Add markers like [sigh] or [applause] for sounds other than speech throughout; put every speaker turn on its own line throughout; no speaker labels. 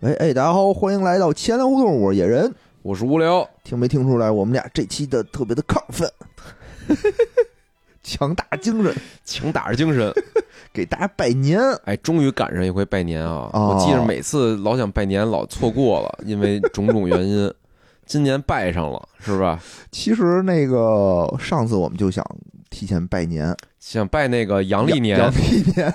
哎哎，大家好，欢迎来到钱粮胡同，我是野人。
我是无聊，
听没听出来，我们俩这期的特别的亢奋，强大精神，
强打着精神。
给大家拜年。
哎，终于赶上一回拜年啊！
哦
我记着每次老想拜年，老错过了，
[laughs]
因为种种原因。今年拜上了，是吧？
其实那个上次我们就想提前拜年，
想拜那个阳历
阳
年，
历年，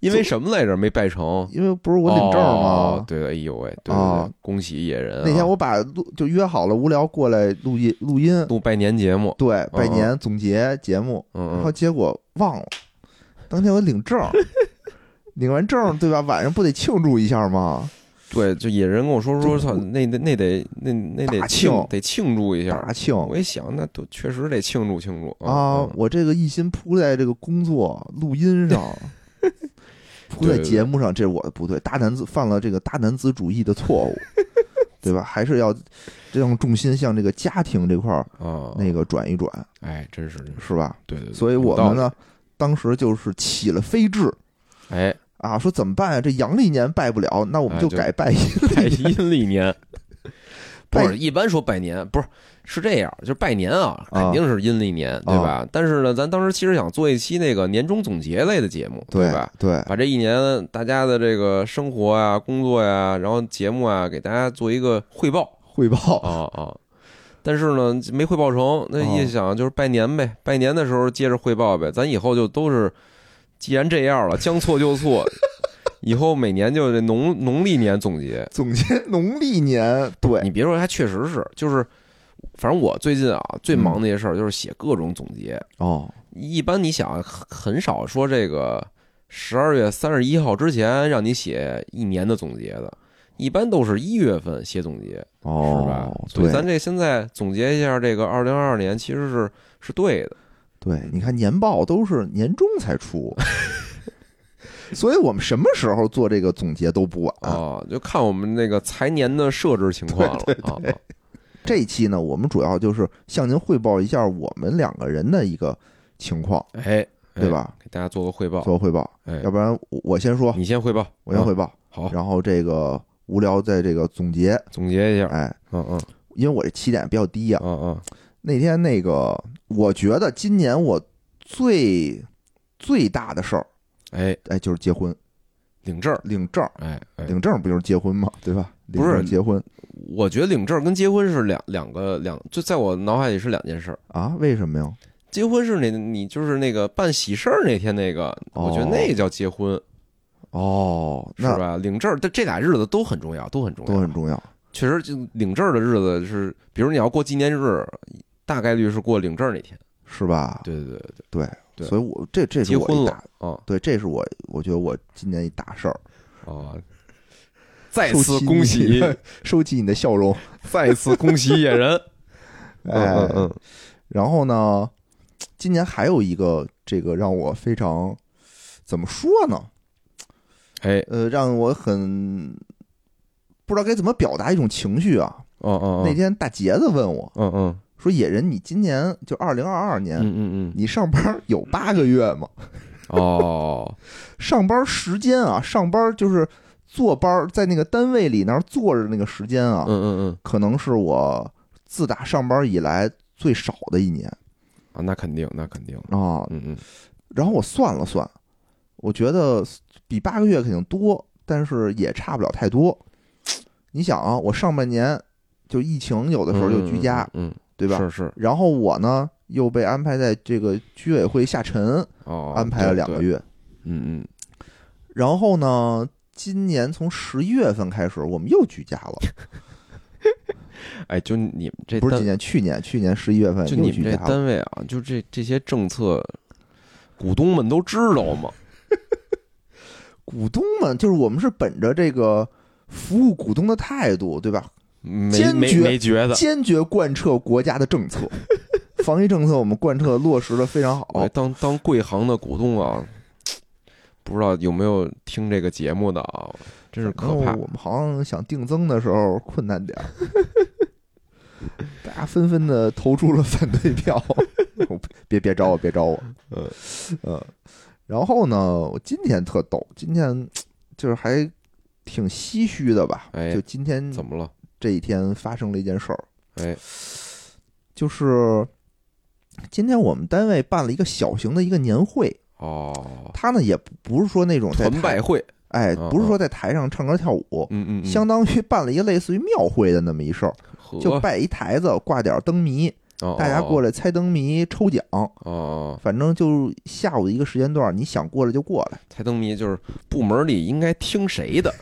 因为什么来着？没拜成。
因为不是我领证嘛。
哦、对，哎呦喂，对对对，
哦
恭喜野人啊、
那天我把录就约好了，无聊过来录音录音，
录拜年节目，
对，拜年总结节目，然
嗯
后
嗯，
结果忘了，当天我领证，领完证对吧？晚上不得庆祝一下吗？
对，就野人跟我说
就
说，操，那那那得那那得
大
庆
庆
得庆祝一下。
大庆
我一想，那都确实得庆祝庆祝嗯
啊！我这个一心扑在这个工作录音
[laughs]
上，扑在
对对
节目上，这是我的不对，大男子犯了这个大男子主义的错
[laughs]
误，对吧？还是要让重心向这个家庭这块儿
啊！哦
那个转一转，
哎，真是真是
是吧？
对对对，
所以
有
我
道
们
理
呢，当时就是起了非志
哎，
啊，说怎么办啊？这阳历年拜不了，那我们
哎
就
就
改拜阴
拜
历年。
阴历年，不
[laughs] 拜
是一般说拜年，不是是这样，就是拜年啊，
啊
肯定是阴历年，对吧？但是呢，咱当时其实想做一期那个年终总结类的节目， [laughs] 对
对
吧？
对
把这一年大家的这个生活啊、工作呀、然后节目啊，给大家做一个汇报
汇报
啊啊。但是呢，没汇报成，那
哦
一想就是拜年呗，拜年的时候接着汇报呗。咱以后就都是，既然这样了，将错就错， [laughs] 以后每年就这农农历年总结，
[laughs] 总结农历年，对
[laughs] 你别说，他确实是，就是，反正我最近啊最忙的一些事儿就是写各种总结。
哦，
一般你想，很很少说这个十二月三十一号之前让你写一年的总结的，一般都是一月份写总结，是吧
哦，？
所以
对
咱这现在总结一下这个二零二二年，其实是是对的。
对，你看年报都是年终才
[laughs]
出，所以我们什么时候做这个总结都不晚。
啊，就看我们那个财年的设置情况了啊。啊
这一期呢，我们主要就是向您汇报一下我们两个人的一个情况，
哎，
对吧？
哎？给大家做个汇报。
做汇报，
哎，
要不然我我先说，
你先汇报，
我先汇
啊
报，
好，
然后这个无聊在这个总结，
总结一下。
哎，
嗯嗯
因为我这起点比较低呀、
嗯嗯，
那天那个，我觉得今年我最最大的事儿，
哎，
哎，就是结婚
领证儿。
领证儿，
哎，哎
领证儿不就是结婚吗？ [laughs] 对吧？领
不是
证儿结婚
我觉得领证跟结婚是两两个两，就在我脑海里是两件事儿。
啊？为什么呀？
结婚是那，你就是那个办喜事儿那天那个，
哦
我觉得那叫结婚，
哦，
是
那
吧？领证，但这俩日子都很重要，都很重要，
都很重要。
确实，就领证的日子是，比如你要过纪念日，大概率是过领证那天。
是吧？
对对对对对
所以我这这
对，
是
结
我一
婚
大
了，啊
对，这是我我觉得我今年一大事儿。
啊！再
收
次
起
恭
你
喜，
的，收起你的笑容。
再次恭喜野人。
[laughs] 哎，
嗯嗯
然后呢，今年还有一个这个让我非常怎么说呢？
嗯，哎，
呃，让我很不知道该怎么表达一种情绪啊。
哦哦，
那天大杰子问我
嗯嗯
说：“野人，你今年就二零二二年，
嗯嗯嗯，
你上班有八个月吗？” [laughs]
哦，
上班时间啊，上班就是坐班儿，在那个单位里那儿坐着那个时间啊，
嗯嗯嗯。
可能是我自打上班以来最少的一年
啊，那肯定，那肯定，
啊。
嗯嗯，
然后我算了算，我觉得比八个月肯定多，但是也差不了太多。你想啊，我上半年就疫情有的时候就居家，
嗯，嗯，嗯
对吧？
是是，
然后我呢又被安排在这个居委会下沉，
哦，
安排了两个
月，
月。
嗯嗯，
然后呢，今年从十一月份开始，我们又居家
[laughs]
了，
哎，就你们这
不是
单
今年，去年，去年十一月份
就
又
你
居
们这
家了。
单位啊，就这这些政策，股东们都知道吗？
股东们就是我们是本着这个服务股东的态度，对吧？
没
坚
没
决
没觉得，
坚决贯彻国家的政
[laughs]
策，防疫政策我们贯彻落实的非常
我
好。
哎当当贵行的股东啊，不知道有没有听这个节目的啊，真是可
然
怕
后。我们嗯好像想定增的时候困难点儿，大家纷纷的投出了反对票。 [laughs] 我别别招我，别招我。嗯
呃
呃，然后呢，我今天特逗，今天就是还挺唏嘘的吧？
哎
就今天
怎么了？
这一天发生了一件事儿，
哎，
就是今天我们单位办了一个小型的一个年会，
哦，
他呢也不不是说那种在台
团拜会，
哎，
嗯
不是说在台上唱歌跳舞，
嗯嗯，嗯
相当于办了一个类似于庙会的那么一事儿，
和
就摆一台子，挂点儿灯谜，大家过
来，
来猜灯谜、抽奖，
哦哦，
反正就下午的一个时间段，你想过来就过来，
猜灯谜就是部门里应该听谁的？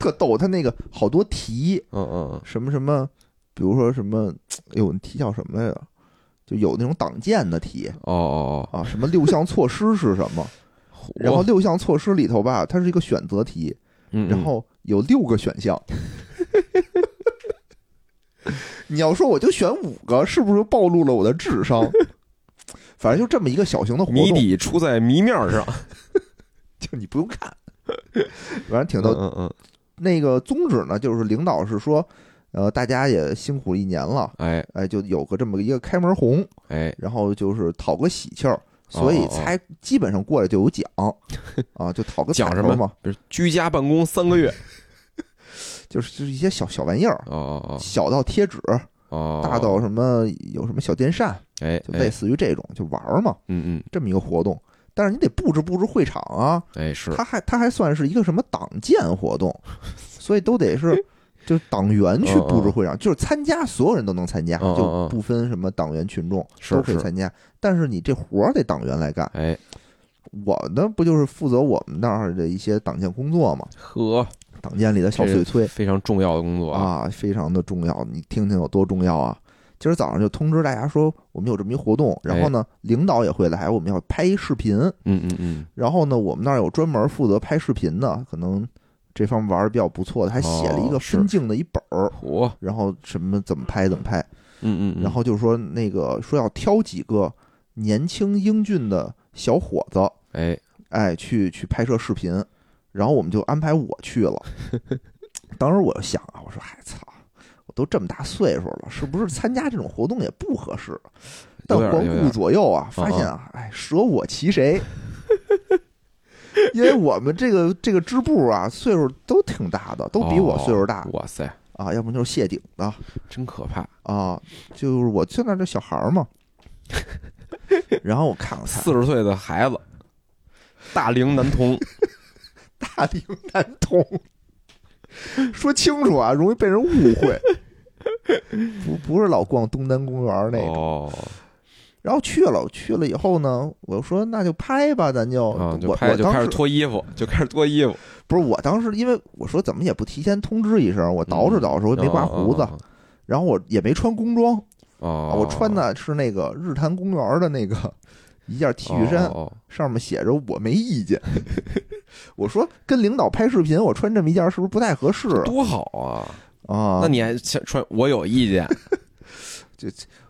特逗。他那个好多题，
嗯嗯
什么什么，比如说什么，哎呦，那题叫什么来着？就有那种党建的题
嗯，哦哦哦，
啊，什么六项措施是
[laughs]
什么？然后
我
六项措施里头吧，它是一个选择题，
嗯嗯
然后有六个选项。 [laughs] 你要说我就选五个，是不是暴露了我的智商？反正就这么一个小型的活
谜
动，
底出在谜面
[laughs]
上，
就你不用看，反正挺
嗯
逗。
嗯嗯，
那个宗旨呢，就是领导是说，呃，大家也辛苦了一年了，
哎
哎，就有个这么一个开门红，
哎，
然后就是讨个喜气儿，所以
哦哦哦
才基本上过来就
[laughs]
有奖啊，就讨个
讲
彩
什
头
么
嘛，
比如居家办公三个月，
就是就是一些小小玩意儿，
哦哦
小到贴纸，
哦哦，
大到什么有什么小电扇，
哎
就类
哎，
似于这种，就玩儿嘛，
嗯嗯，
这么一个活动。但是你得布置布置会场啊，
哎是，
它还它还算是一个什么党建活动，所以都得是
[laughs]
就是党员去布置会场，就是参加所有人都能参加，
嗯嗯
就
嗯
不分什么党员群众
是
都可以
是
参加。但是你这活儿得党员来干，
哎
我呢不就是负责我们那儿的一些党建工作嘛，
呵，
党建里的小
这
翡翠
非常重要的工作，
啊，非常的重要，你听听有多重要啊！今儿早上就通知大家说我们有这么一活动，然后呢，领导也会来，我们要拍一视频。
嗯嗯嗯，
然后呢，我们那儿有专门负责拍视频的，可能这方面玩的比较不错的，还写了一个
哦是
分镜的一本儿，
火，
然后什么怎么拍怎么拍，
嗯嗯，
然后就是说那个说要挑几个年轻英俊的小伙子，
哎
哎，去去拍摄视频，然后我们就安排我去
[laughs]
了。当时我就想啊，我说，哎操，我都这么大岁数了，是不是参加这种活动也不合适？但
有点
环
儿有点
顾
儿
左右啊，
嗯
发现啊，哎，舍我其谁。因为我们这个这个支部啊，岁数都挺大的，都比我岁数大、
哦哇塞，
啊，要不就是谢顶的
真可怕，
啊，就是我现在这小孩儿
[laughs]
嘛。然后我看了看，
四十岁的孩子，大龄男童，
大龄男童。说清楚啊，容易被人误
[laughs]
会。不不是老逛东单公园 [laughs] 那个，
哦，
然后去了，去了以后呢，我说那就拍吧，咱就、
啊，就
哦我
拍
我
就开
当
始
时
脱衣服，就开始脱衣服，
不是我当时，因为我说怎么也不提前通知一声，我捯饬捯饬，我也没刮胡子，
哦，
然后我也没穿工装，
哦
我穿的是那个日坛公园的
[laughs]
那个一件 T 恤衫，
哦
上面写着我没意见。 [laughs] 我说跟领导拍视频，我穿这么一件是不是不太合适
哦哦多好啊！
啊？
那你还想穿？我有意见，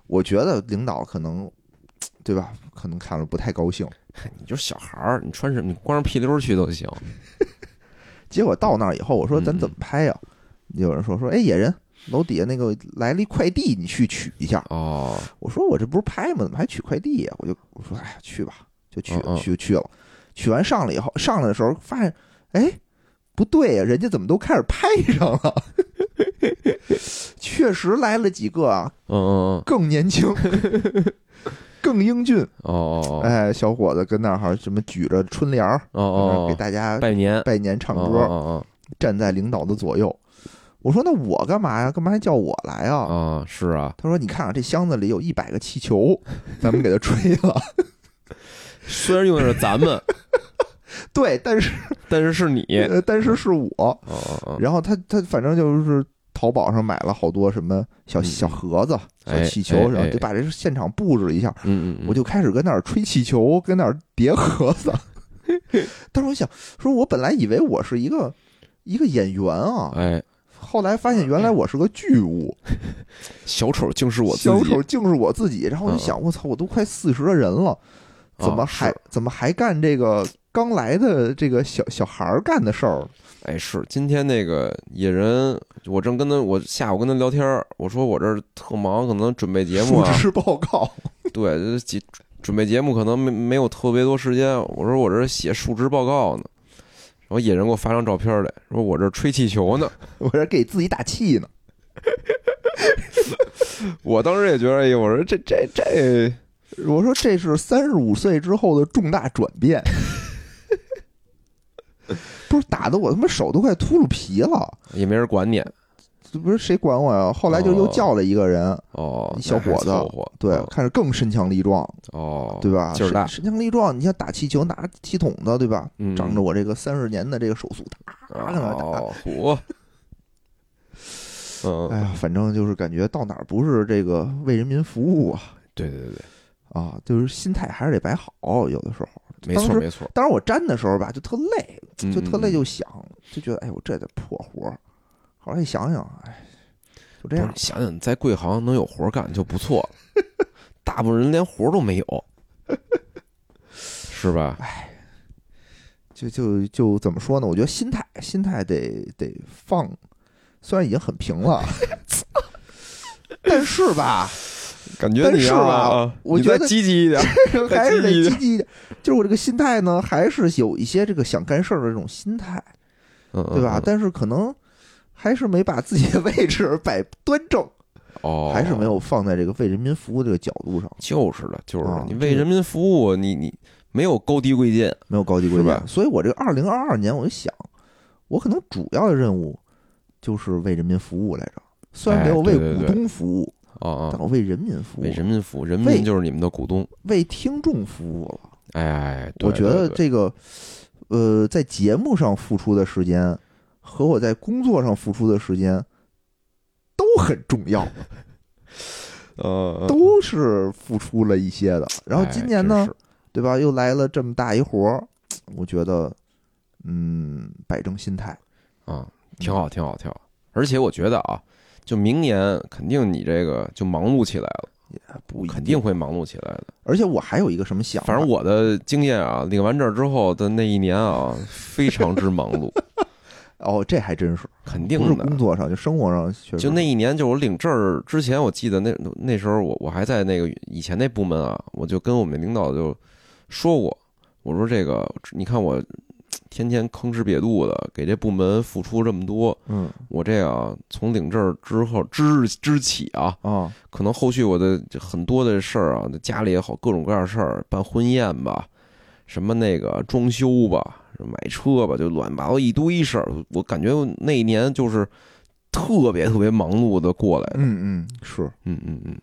我觉得领导可能，对吧？可能看了不太高兴。
你就是小孩儿，你穿什么？你光着屁溜儿去都行。
结果到那儿以后，我说
嗯
咱怎么拍呀、有人说说，哎，野人，楼底下那个来了一快递，你去取一下。
哦，
我说我这不是拍吗？怎么还取快递呀、我就我说，哎呀，去吧，就去
嗯嗯
了，去去了。取完上来以后，上来的时候发现，哎，不对呀、人家怎么都开始拍上了？ [laughs] 确实来了几个啊，
嗯嗯嗯，
更年轻、 [laughs] 更英俊
哦哦哦
哎，小伙子跟那儿还什么举着春联儿，
哦
给
哦，
大家
拜年
拜年唱
哦
歌，
哦
站在领导的左右。我说那我干嘛呀？干嘛还叫我来
哦
啊？
哦哦，是啊，
他说：“你看啊，这箱子里有一百个气
[laughs]
球，咱们给他吹了。 [laughs]
虽然用的是咱们，
对，但是
但是是你。
呃但是是我。
哦哦
然后他他反正就是淘宝上买了好多什么小
嗯
小盒子、小
哎
气
哎
球，然后
哎
就把这现场布置一下。
嗯嗯嗯，
我就开始跟那儿吹气球，跟那儿叠盒
[laughs]
子。当时我想说，我本来以为我是一个一个演员啊，
哎，
后来发现原来我是个巨物，
小丑竟是我自己。嗯
小丑竟是我自己。然后我就想，我操，我都快四十的人了，怎么
啊
还、
是
怎么还干这个刚来的这个小小孩儿干的事儿？
哎，是今天那个野人，我正跟他，我下午跟他聊天儿，我说我这儿特忙，可能准备节目
述 [laughs]
啊，
职报告，
对，这节准备节目可能没没有特别多时间。我说我这儿写述职报告呢，后野人给我发张照片来，说我这吹气球呢。 [laughs]
我这给自己打气呢。
我当时也觉得，哎呦，我说这这这，
我说这是三十五岁之后的重大转
[laughs]
变，不是打的我他妈手都快秃噜皮了，
也没人管你
这不是谁管我呀？后来就又叫了一个人，
哦，
一小伙子
那还凑合
对，
哦
看着更身强力壮，
哦，
对吧？
劲儿大
身身强力壮，你像打气球拿气筒的，对吧？
嗯
仗着我这个三十年的这个手速，打那么打，
哦，
[laughs]
虎，嗯，
哎呀，反正就是感觉到哪儿不是这个为人民服务啊
对对对对，
啊，就是心态还是得摆好，有的时候。
没
当
错
时
没错，
当然我粘的时候吧，就特累，
嗯
就特累，
嗯
就想，就觉得哎呦这得破活儿。后来一想想，哎，就这
不是
样
你，想想，你在贵行能有活儿干就不错了，
[laughs]
大部分人连活儿都没有，是吧？
就就就怎么说呢？我觉得心态心态得得放，虽然已经很平
[laughs]
了，但是吧，
感觉
但
你
是
啊
吧
啊，
我
你
觉
再
得
积极一点，
还是得
再积极一点
积极一点。就是我这个心态呢，还是有一些这个想干事儿的这种心态， [laughs] 对
对
吧？但是可能还是没把自己的位置 [laughs] 摆端正，
哦，
还是没，有放在这个为人民服务这个角度上，
就是的，就是
啊
的，你
这
为
个
人民服务，你你没有高低贵贱，
没有高低贵
是
贱
吧。
所以我这个二零二二年，我就想，我可能主要的任务就是为人民服务来着。虽然没有
哎
为
对对
股
对
东服务，
啊啊
但，我为人民服务，
为人民服务，人
为
民就是你们的股东，
为听众服务了。
哎哎，对
我觉得
对对
这个，呃，在节目上付出的时间和我在工作上付出的时间都很重要，
嗯呃，
都是付出了一些的。然后
哎
今年呢
真，是
对吧，又来了这么大一活儿，我觉得，嗯，摆正心态，嗯
啊，挺好，挺好，挺好。而且我觉得啊，就明年肯定你这个就忙碌起来了，
不一
肯定。会忙碌起来的。
而且我还有一个什么想法，
反正我的经验啊，领完证之后的那一年啊，非常之忙
[laughs]
碌，
哦，这还真是，
肯
不是
定的
工。作上，就生活上确实
就那一年，就我领证儿之前，我记得那那时候我我还在那个以前那部门啊，我就跟我们领导就说过，我说这个你看我天天吭哧瘪肚的给这部门付出这么多，
嗯
我这啊从领证儿之后之之起啊，
啊
可能后续我的这很多的事儿啊，家里也好，各种各样的事儿，办婚宴吧，什么那个装修吧，买车吧，就乱七八糟一堆事儿。我感觉我那一年就是特别特别忙碌的过来的。
嗯嗯是。
嗯嗯嗯，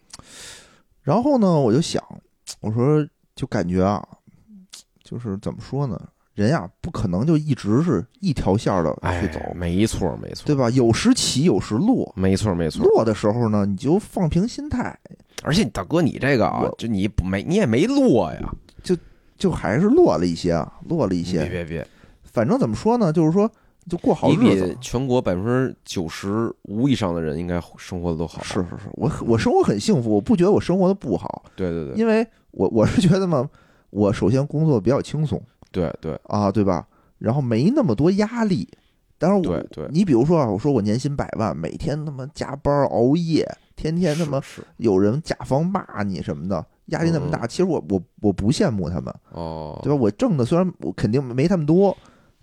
然后呢，我就想，我说就感觉啊，就是怎么说呢，人呀不可能就一直是一条线儿的去
哎
走，，
没错没错，
对吧？有时起，有时落。
没错没错。
落的时候呢，你就放平心态，
而且大哥，你这个啊
我，
就你不没你也没落呀，
就还是落了一些啊，落了一
别
些。
别别，
反正怎么说呢，就是说就过好
你
日子
比。全国百分之九十五以上的人应该生活的都好。
是，是是，我我生活很幸福，我不觉得我生活的不好，
对对对
因为我 [laughs] 我是觉得嘛，我首先工作比较轻松
对对，
啊，对吧？然后没那么多压力。当然我
对对
你比如说啊，我说我年薪百万，每天他妈加班熬夜，天天他妈
是是
有人甲方骂你什么的，压力那么大，其实我我我不羡慕他们，
嗯哦，
对吧？我挣的虽然我肯定没他们多，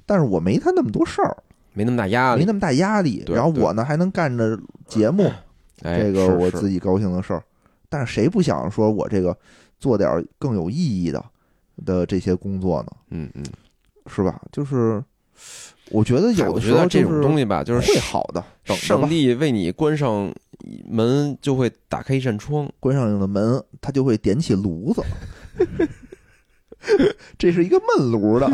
但是我没他那么多事儿，
没那么大压
没
力。
那么大压力。
对
然后
对
我呢还能干着节目，
哎
这个
是
我
是
自己高兴的事儿。但是谁不想说我这个做点儿更有意义的的这些工作呢？
嗯嗯，
是吧？就是我觉得
哎
有的
我觉
时候
得这
就
种东
是
西吧，就是
会好的，等着吧
上帝为你关上门，就会打开一扇窗。
关上了门，它就会点起炉子。 [laughs] 这是一个闷炉的，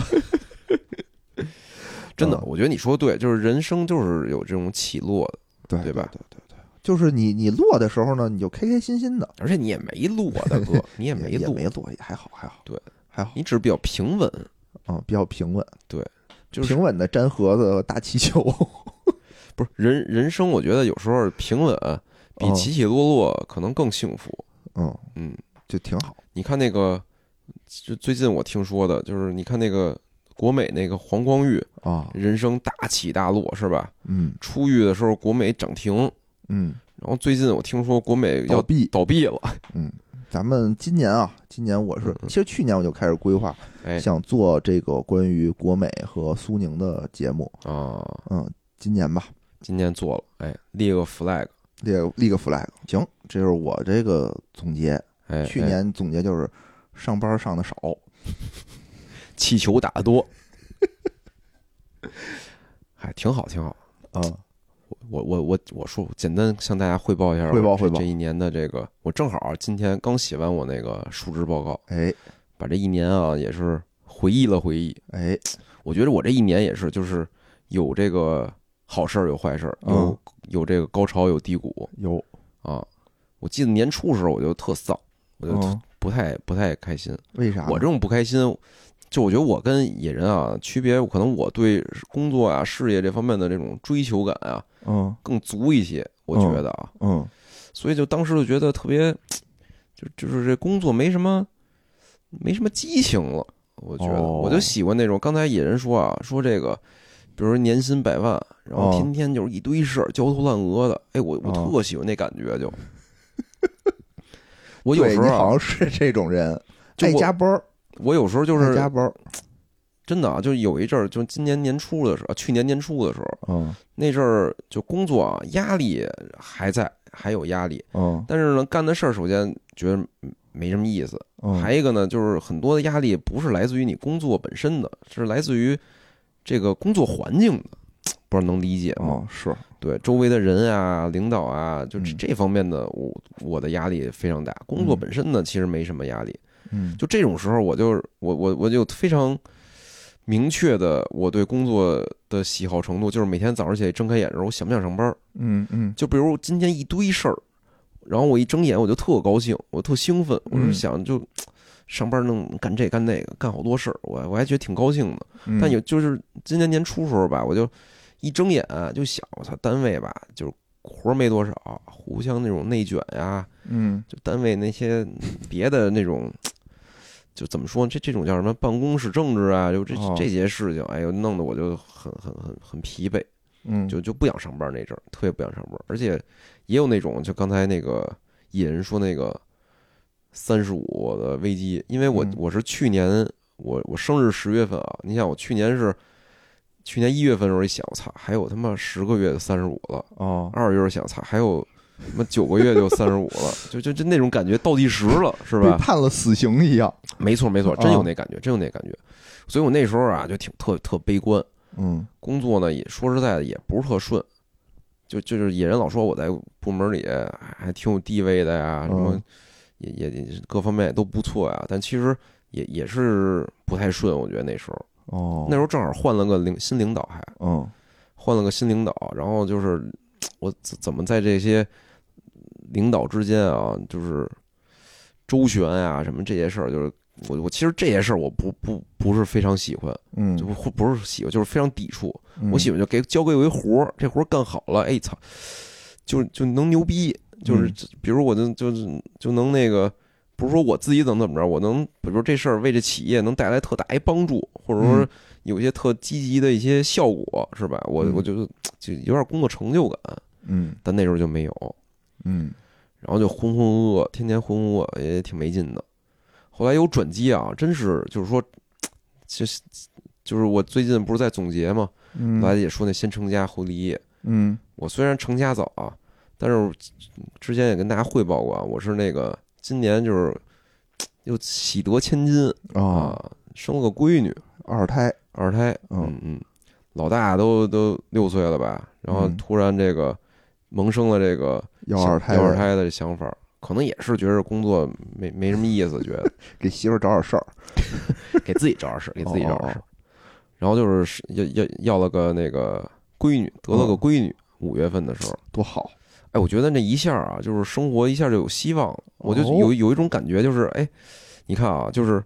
真的
嗯，
我觉得你说的对，就是人生就是有这种起落的，
对
对吧
对对对，就是你你落的时候呢，你就开开心心的，
而且你也没落啊，大
[laughs]
哥，你也没
也
落，
没落，也还好还好，
对，
还好
你只是比较平稳，
啊，比较平稳，
就是
平稳的粘盒子和打气球，
不是人人生？我觉得有时候平稳比
嗯
起起落落可能更幸福。
嗯，
嗯，
就挺好。
你看那个，就最近我听说的，就是你看那个国美那个黄光裕，
啊，
人生大起大落是吧？
嗯
出狱的时候国美涨停，
嗯，
然后最近我听说国美
倒
要
闭，
倒闭了，
嗯，咱们今年啊，今年我是
嗯嗯
其实去年我就开始规划，
哎
想做这个关于国美和苏宁的节目。
啊，
嗯，今年吧，
今天做了，哎，立个 flag，
列立个 flag。行，这就是我这个总结。
哎，
去
哎
年总结就是上班上的少，
哎气球打得多， [laughs] 还挺好，挺好。
啊、
我我我我说简单向大家汇报一下
汇报
我这
汇报
这一年的这个，我正好今天刚写完我那个述职报告，
哎
把这一年啊也是回忆了回忆。
哎，
我觉得我这一年也是，就是有这个好事儿，有坏事儿，有
嗯
有这个高潮，有低谷
有，
啊。我记得年初时候我就特丧，我就特
嗯，
不太不太开心。
为啥呢？
我这种不开心，就我觉得我跟野人啊区别，可能我对工作啊、事业这方面的这种追求感啊
嗯
更足一些，我觉得啊，
嗯
所以就当时就觉得特别，就就是这工作没什么没什么激情了。我觉得
哦
我就喜欢那种，刚才野人说啊，说这个，比如说年薪百万，然后
哦
天天就是一堆事儿，焦头烂额的。哎，我我
哦
特喜欢那感觉，就我有
对
时
你
候
好
啊
像是这种人，
[laughs] 就
爱
我
加班儿，
我有时候就
爱
是
加班儿，
真的啊，就有一阵儿，就今年年初的时候，去年年初的时候，
嗯
那阵儿就工作啊压力还在，还有压力，
嗯
但是呢，干的事儿首先觉得没什么意思，
嗯，
还有一个呢，就是很多的压力不是来自于你工作本身的，是来自于这个工作环境的，不知道能理解吗？
哦是，
对，周围的人啊、领导啊，就这
嗯
这方面的，我我的压力非常大。工作
嗯
本身呢，其实没什么压力，
嗯
就这种时候，我就是我我我就非常明确的我对工作的喜好程度，就是每天早上起来睁开眼的时候，我想不想上班儿？
嗯嗯
就比如今天一堆事儿，然后我一睁眼我就特高兴，我特兴奋，我就
嗯
想就上班能干这干那个，干好多事儿，我我还觉得挺高兴的。
嗯，
但有就是今年年初时候吧，我就一睁眼啊就想，我操，单位吧就是活儿没多少，互相那种内卷呀、
嗯
就单位那些别的那种，就怎么说呢这这种叫什么办公室政治啊，就这
哦
这些事情，哎呦，弄得我就很很很很疲惫，
嗯
就就不想上班那阵儿，特别不想上班，而且也有那种就刚才那个野人说那个三十五的危机，因为我
嗯
我是去年我我生日十月份啊，你想我去年是。去年一月份的时候一想，我操，还有他妈十个月就三十五了，
哦
二月想，操，还有什么九个月就三十五了， [laughs] 就就就那种感觉倒计时了，是
被
吧？
判了死刑一样，
没错没错，真有
啊
那感觉，真有那感觉。所以我那时候啊，就挺特特悲观，
嗯
工作呢也说实在的也不是特顺，就就是野人老说我在部门里还挺有地位的呀，什么
嗯
也也也各方面也都不错呀，但其实也也是不太顺，我觉得那时候
哦
那时候正好换了个领新领导还。
嗯
换了个新领导，然后就是我怎怎么在这些领导之间啊，就是周旋啊，什么这些事儿，就是我我其实这些事儿我不不不是非常喜欢，
嗯
就不不是喜欢，就是非常抵触。
嗯
我喜欢就给交给我一活儿，这活儿干好了，哎操，就就能牛逼，就是
嗯
比如我就就是就能那个，不是说我自己能怎么着，我能比如这事儿为这企业能带来特大一帮助，或者说
嗯
有一些特积极的一些效果，是吧？我
嗯
我就就有点工作成就感，
嗯
但那时候就没有，
嗯
然后就浑浑噩噩，天天浑浑噩，也挺没劲的。后来有转机啊，真是就是说，就是就是我最近不是在总结嘛，
嗯
大家也说那先成家后立业。
嗯
我虽然成家早啊，但是之前也跟大家汇报过啊，我是那个今年就是又喜得千金
啊
啊，生了个闺女，
二胎
二胎，
嗯
嗯嗯，老大都都六岁了吧，然后
嗯
突然这个萌生了这个
要
想
二胎
要二
的
胎的这想法，可能也是觉得工作没没什么意思，觉得
[laughs] 给媳妇儿找点事儿
[laughs] 给自己找点事，给自己找点事
哦，
然后就是是要要要了个那个闺女，得
嗯
了个闺女，五月份的时候。
多好
哎，我觉得那一下啊，就是生活一下就有希望了。我就
哦
有有一种感觉，就是哎，你看啊，就是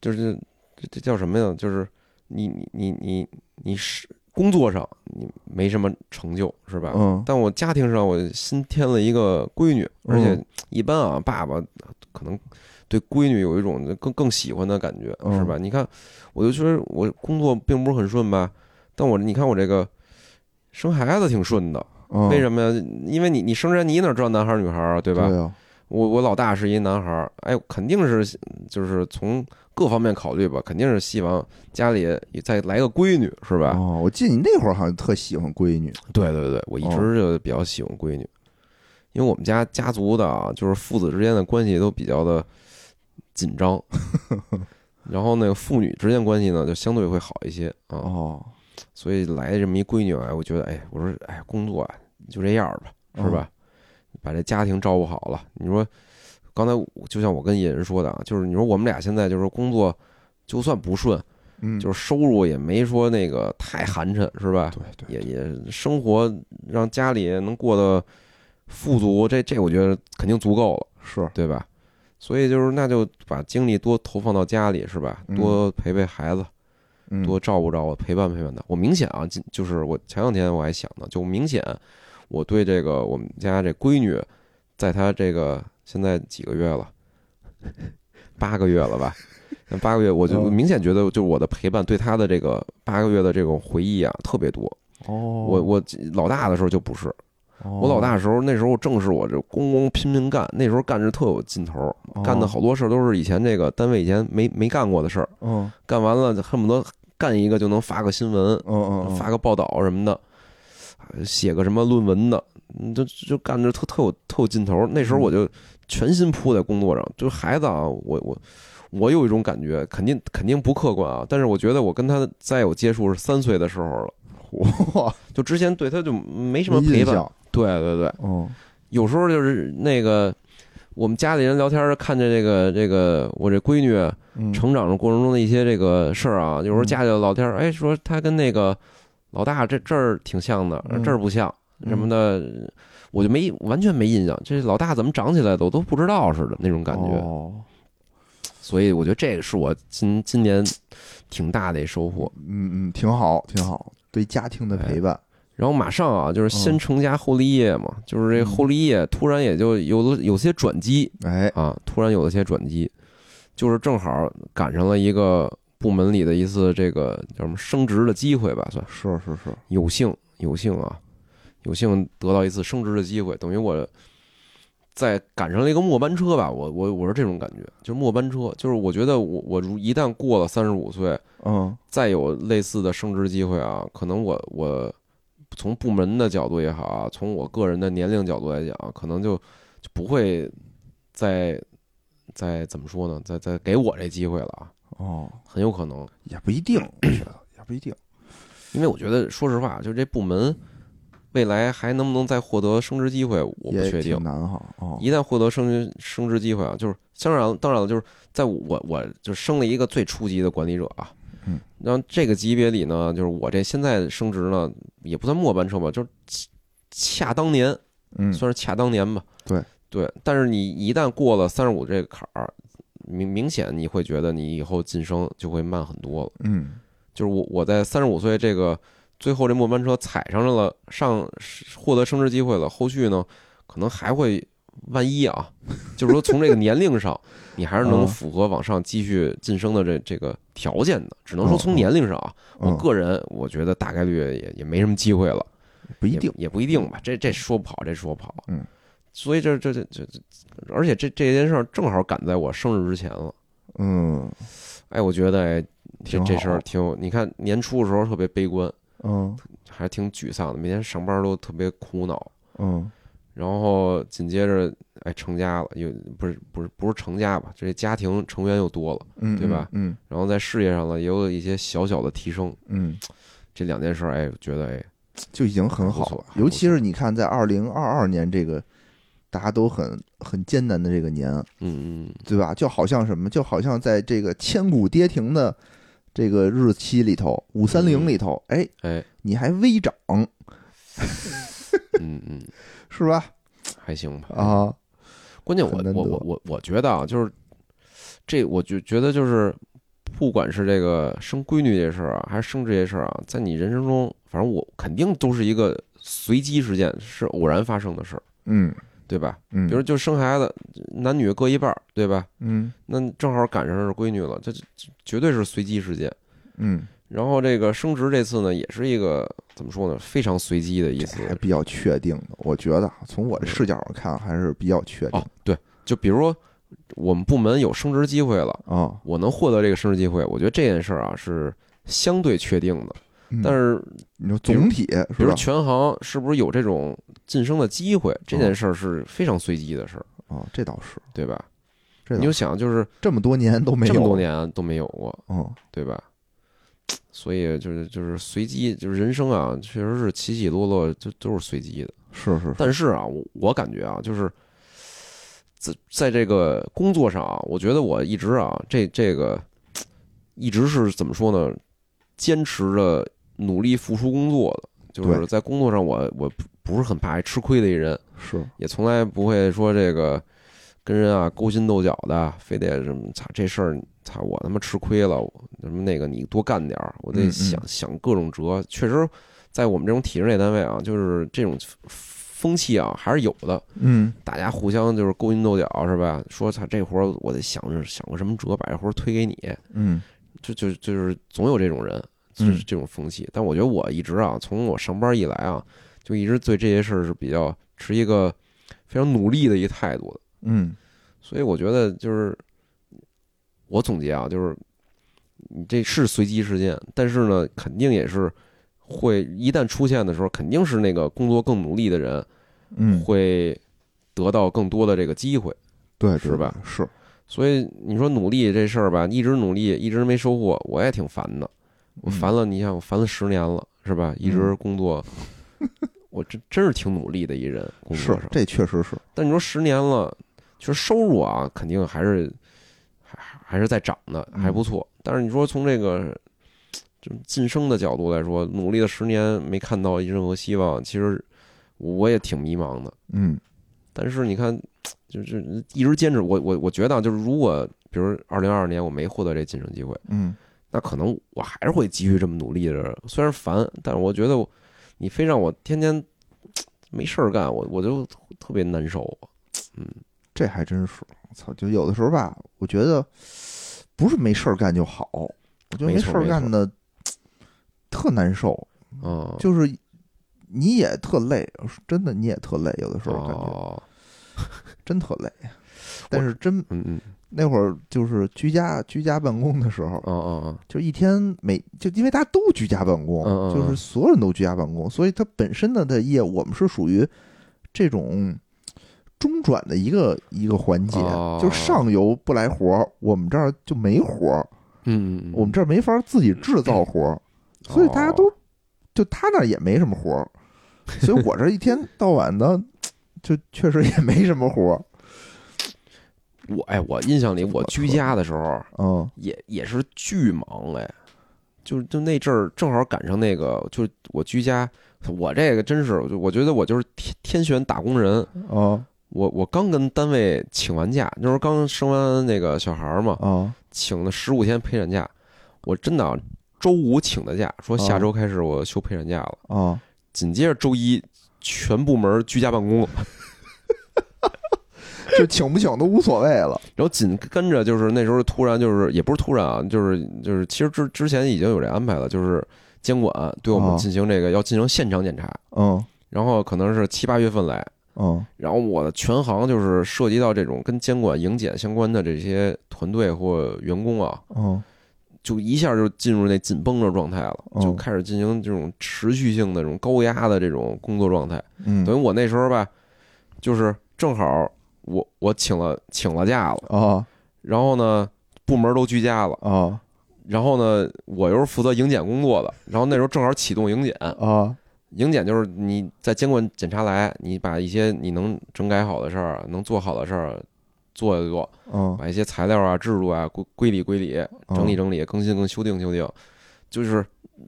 就是这这叫什么呀？就是你你你你你是工作上你没什么成就是吧？
嗯
但我家庭上我新添了一个闺女，而
嗯
且一般啊，爸爸可能对闺女有一种更更喜欢的感觉，
嗯
是吧？你看，我就觉得我工作并不是很顺吧，但我你看我这个生孩子挺顺的。
嗯
为什么呀？因为你你生人你哪知道男孩儿女孩儿啊，对
对
吧？
啊
我我老大是一男孩儿，哎，肯定是就是从各方面考虑吧，肯定是希望家里也再来个闺女，是吧？
哦，我记得你那会儿好像特喜欢闺女，
对对对，我一直就比较喜欢闺女，因为我们家家族的啊，就是父子之间的关系都比较的
[laughs]
紧张，然后那个父女之间关系呢，就相对会好一些啊，
哦，
所以来这么一闺女哎，我觉得哎，我说哎，工作啊就这样儿吧，是吧？
嗯
把这家庭照顾好了，你说刚才我就像我跟野人说的啊，就是你说我们俩现在就是工作就算不顺，
嗯？嗯，
就是收入也没说那个太寒碜，是吧？
对对，
也也生活让家里能过得富足，这这我觉得肯定足够了，
是，
对吧？所以就是那就把精力多投放到家里，是吧？
嗯
多陪陪孩子，
嗯，
多照顾照顾，陪伴陪伴他。我明显啊，今就是我前两天我还想呢，就明显我对这个我们家这闺女，在她这个现在几个月了， [laughs] 八个月了吧？那八个月，我就
嗯
明显觉得，就是我的陪伴对她的这个八个月的这种回忆啊，特别多。
哦，
我我老大的时候就不是，我老大的时候那时候正是我这咣咣拼命干，那时候干着特有劲头，
哦
干的，好多事儿都是以前这个单位以前没没干过的事儿，
嗯
干完了就恨不得干一个就能发个新闻，
嗯嗯嗯，
发个报道什么的，呃写个什么论文的，嗯就就干着特特有特有劲头。那时候我就全心扑在工作上，就是孩子啊，我我我有一种感觉，肯定肯定不客观啊，但是我觉得我跟他再有接触是三岁的时候了，
哇，
就之前对他就没什
什
么陪伴。
象？
对对对，
嗯
有时候就是那个我们家里人聊天儿，看着这个这个我这闺女
嗯，
成长的过程中的一些这个事儿啊，有时候
嗯
家里老天儿哎说她跟那个老大这这儿挺像的，
嗯
这儿不像
嗯
什么的，我就没完全没印象，这老大怎么长起来的我都不知道似的那种感觉，
哦
所以我觉得这个是我今今年挺大的一收获。
嗯嗯，挺好，挺好，对家庭的陪伴，
然后马上啊，就是先
嗯
成家后立业嘛，就是这后立业突然也就有了有些转机，
哎，
啊，突然有了些转机，就是正好赶上了一个部门里的一次这个叫什么升职的机会吧，算
是是是，
有幸有幸啊，有幸得到一次升职的机会，等于我在赶上了一个末班车吧，我我我是这种感觉，就是末班车，就是我觉得我我如一旦过了三十五岁，
嗯
再有类似的升职机会啊，可能我我从部门的角度也好啊，从我个人的年龄角度来讲啊，可能就就不会再再怎么说呢，再再给我这机会了啊，
哦，
很有可能，啊
也不一定，我觉得嗯也不一定，
因为我觉得说实话，啊就这部门未来还能不能再获得升职机会，我不
也
确定
挺。难哈，哦，
一旦获得升职升职机会啊，就是当然当然了，就是在我我就升了一个最初级的管理者啊，
嗯，
然后这个级别里呢，就是我这现在升职呢，也不算末班车吧，就是恰恰当年，
嗯，
算是恰当年吧。
对
对，但是你一旦过了三十五这个坎儿，明明显你会觉得你以后晋升就会慢很多了。
嗯
就是我我在三十五岁这个最后这末班车踩上了上获得升职机会了，后续呢可能还会万一啊，就是说从这个年龄上，你还是能
嗯
符合往上继续晋升的这这个条件的，只能说
嗯
从年龄上啊，我
嗯
个人我觉得大概率也也没什么机会了，
哦不一
也
定，
也不一定吧，这这说不好，这说不好，
嗯，
所以这这这这，这而且这这件事儿正好赶在我生日之前了。
嗯
哎，我觉得哎，这
挺
这事儿
好
挺有，你看年初的时候特别悲观，
嗯
还挺沮丧的，每天上班都特别苦恼。
嗯
然后紧接着，哎，成家了，又不是不是不是成家吧，这家庭成员又多了，
嗯，
对吧
嗯？
然后在事业上呢，也有一些小小的提升。
嗯嗯，
这两件事儿，哎，觉得哎，
就已经很
还
好
不错
了
还，不
尤其是你看，在二零二二年这个大家都很很艰难的这个年，
嗯嗯，
对吧？就好像什么，就好像在这个千古跌停的这个日期里头，五三
嗯
零里头，哎，
哎，
你还微涨，
嗯嗯，
是吧？
还行吧。
啊，
关键我
很难
我
得
我我我觉得啊，就是这，我就觉得就是，不管是这个生闺女这事儿啊，还是生这些事儿啊，在你人生中，反正我肯定都是一个随机事件，是偶然发生的事儿，
嗯
对吧？
嗯，
比如就生孩子，男女各一半儿，对吧？
嗯
那正好赶上是闺女了，这这这绝对是随机事件。
嗯，
然后这个升职这次呢，也是一个怎么说呢，非常随机的一
这
次嗯
还比较确定的，我觉得啊从我的视角上看还是比较确定
哦，对，就比如说我们部门有升职机会了，
啊，
我能获得这个升职机会，我觉得这件事儿啊是相对确定的。但是，
嗯你说总体
比
是
如
吧？
全行是不是有这种晋升的机会，这
嗯
件事儿是非常随机的事儿，
啊，这倒是，
对吧？
这
你
倒
就是想，就是
这么多年都没有
这么多，年啊都没有过，
嗯，
对吧？所以就是就是随机，就是人生啊，确实是起起落落，就都是随机的。
是是是，
但是啊，我我感觉啊，就是在在这个工作上啊，我觉得我一直啊，这这个一直是怎么说呢？坚持着努力付出工作的，就是
对
在工作上我我不不是很怕爱吃亏的一人，
是
也从来不会说这个跟人啊勾心斗角的，非得什么操这事儿，操我他妈吃亏了，我什么那个你多干点儿，我
嗯
得
嗯
想想各种辙。确实，在我们这种体制内单位啊，就是这种风气啊还是有的，
嗯，
大家互相就是勾心斗角是吧？说操这活儿我得想着想个什么辙，把这活儿推给你，
嗯
就就就是总有这种人，就
嗯
是这种风气。但我觉得我一直啊，从我上班以来啊，就一直对这些事儿是比较持一个非常努力的一个态度的。
嗯，
所以我觉得就是我总结啊，就是你这是随机事件，但是呢，肯定也是会一旦出现的时候，肯定是那个工作更努力的人
嗯，
会得到更多的这个机会。
对，
是
对
吧？
对是，
所以你说努力这事儿吧，一直努力，一直没收获，我也挺烦的。我
嗯
烦了，你想我烦了十年了，是吧？一直工作，我真真是挺努力的一人，工
是
作上。
这确实是，
但你说十年了，其实收入啊，肯定还是还还是在涨的，
嗯
还不错。但是你说从这个就晋升的角度来说，努力了十年没看到任何希望，其实我也挺迷茫的。
嗯
但是你看，就是一直坚持，我我我觉得啊，就是如果比如二零二二年我没获得这晋升机会。
嗯，
那可能我还是会继续这么努力的。虽然烦，但是我觉得我你非让我天天没事儿干，我我就特别难受。
这还真是，我操！就有的时候吧，我觉得不是没事儿干就好，我觉得
没
没
错
事儿
没
干
错
的特难受，
嗯，
就是你也特累，真的你也特累，有的时候感觉
哦，
真特累。但是真
嗯嗯，
那会儿就是居家居家办公的时候，
哦哦
就一天每就因为大家都居家办公，
嗯嗯嗯
就是所有人都居家办公，所以它本身的它业务我们是属于这种中转的一个一个环节，
哦
就是上游不来活儿，我们这儿就没活儿，
哦，嗯哦嗯，
我们这儿没法自己制造活儿， [clears throat] 所以大家
啊
都就他那儿也没什么活儿，所以我这一天到晚的就确实也没什么活儿，
我哎，我印象里我居家的时候 [laughs]
嗯
也也是巨忙哎，就就那阵儿正好赶上那个，就我居家，我这个真是，我就我觉得我就是天天选打工人。
哦
我我刚跟单位请完假，那时候刚生完那个小孩儿嘛，
哦
请了十五天陪产假，我真的啊周五请的假，说下周开始我休陪产假了，
哦，
紧接着周一全部门居家办公了，
就请不请都无所谓了，
然后紧跟着就是那时候突然就是也不是突然啊，就是就是其实之之前已经有这安排了，就是监管对我们
哦
进行这个要进行现场检查，
嗯
然后可能是七八月份来，
嗯
然后我的全行就是涉及到这种跟监管营检相关的这些团队或员工啊，
嗯
就一下就进入那紧绷的状态了，
嗯
就开始进行这种持续性的这种高压的这种工作状态。
嗯，
等于我那时候吧，就是正好我我请了请了假了，
哦
然后呢部门都居家了，
哦
然后呢我又是负责营检工作的，然后那时候正好启动营检，
哦
营检就是你在监管检查来，你把一些你能整改好的事儿、能做好的事儿做一做，
嗯
把一些材料啊、制度啊归归理归理，整理整理，更新更修订修订，就是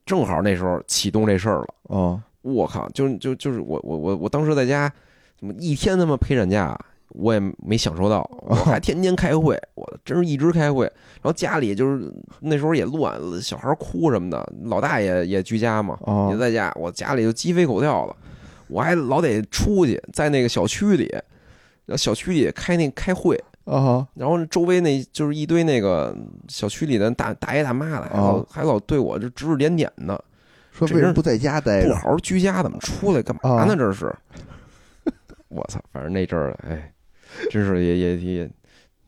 正好那时候启动这事儿了。
哦
我靠，就就就是我我我我当时在家，怎么一天他妈陪产假，我也没享受到，我
[laughs]
还天天开会，我真是一直开会。然后家里就是那时候也乱，小孩哭什么的，老大也也居家嘛，也
哦
在家，我家里就鸡飞狗跳了，我还老得出去，在那个小区里，然后小区里开那开会，
哦
然后周围那就是一堆那个小区里的大大爷大妈的，还老、
哦
还老对我这指指点点的，
说为什么不在家待
不
着？
好
啊
好居家怎么出来干嘛呢？这是，我操！反正那阵儿，哎，真是也也也，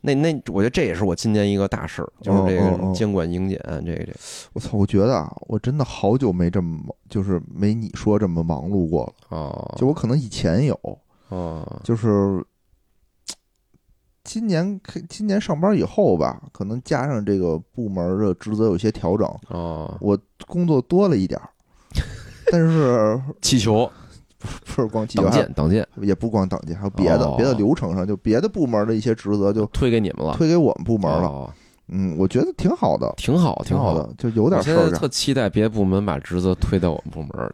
那那我觉得这也是我今年一个大事儿，就是这
哦哦
个
哦
监管英检，这个这个
我操，我觉得啊，我真的好久没这么忙，就是没你说这么忙碌过了。
哦，
就我可能以前有，
哦，
就是今年开今年上班以后吧，可能加上这个部门的职责有些调整，
哦，
我工作多了一
[laughs]
点儿。但是
气球
不是光企
挡
业，
箭挡箭
也不光党建，还有别的、
哦啊
别的流程上，就别的部门的一些职责就
推给你们了，
推给我们部门了。
哦，
嗯，我觉得挺好的，
挺好挺
好
好。
的，就有
我
点
现
事
在
儿
特
干
期待别的部门把职责推到我们部门儿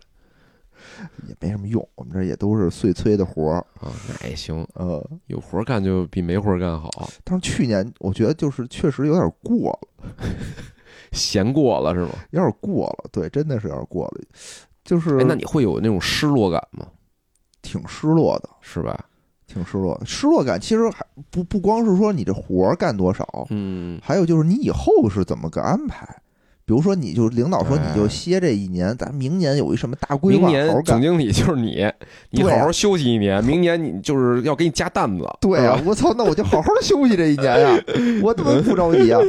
也没什么用，我们这也都是碎催的活儿。
啊，那也行，
呃，
有活儿干就比没活儿干好，啊
但是去年我觉得就是确实有点过了，
闲过了是吗？
有点过了，对，真的是有点过了，就是
哎，那你会有那种失落感吗？
挺失落的，
是吧？
挺失落的。失落感其实还不不光是说你这活儿干多少，
嗯，
还有就是你以后是怎么个安排。比如说，你就领导说
哎
你就歇这一年，咱明年有一什么大规
明
划，
年
好好干
总。经理就是你，你
对
好
啊
好休息
[laughs]
一年，明年你就是要给你加担子，
对
是
啊
吧，，
我操，那我就好好休息这一年
[laughs]
呀、我他妈不着急啊！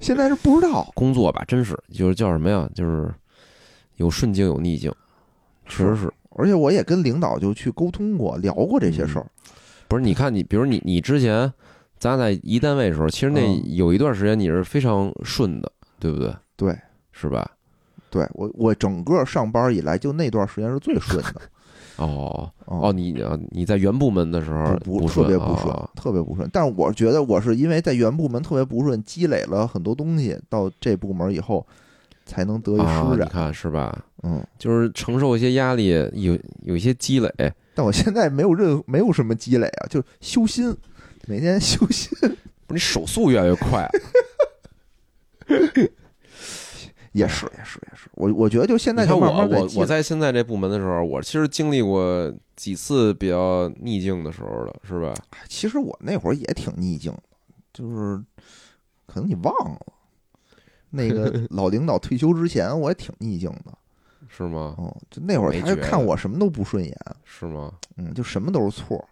现在是不知道，
工作吧，真是就是叫什么呀，就是有顺境有逆境，确实是。
而且我也跟领导就去沟通过、聊过这些事儿。
不是，你看你，比如你，你之前咱俩在一单位的时候，其实那
嗯
有一段时间你是非常顺的，对不对？
对，
是吧？
对我，我整个上班以来，就那段时间是最顺的。
哦
哦
哦，，你啊你在原部门的时候
啊不
不
特
顺
别不顺
哦，
特别不顺。但我觉得我是因为在原部门特别不顺，积累了很多东西，到这部门以后才能得以
啊，
施
你
展。
看是吧？
嗯，
就是承受一些压力，有有一些积累，
但我现在没有任没有什么积累啊，就是修心，每天修心。
不是你手速越来越快，
[laughs]
啊
也是，也是，也是。我我觉得就现在
你看
哎就慢
我
慢
我
积
我
累
在现在这部门的时候，我其实经历过几次比较逆境的时候了，是吧？
其实我那会儿也挺逆境的，就是可能你忘了，那
[laughs]
个老领导退休之前，我也挺逆境的。
是吗？
嗯，就那会
我
儿
哦没
他就
觉得
看我什么都不顺眼，
是吗？
嗯，就什么都是错。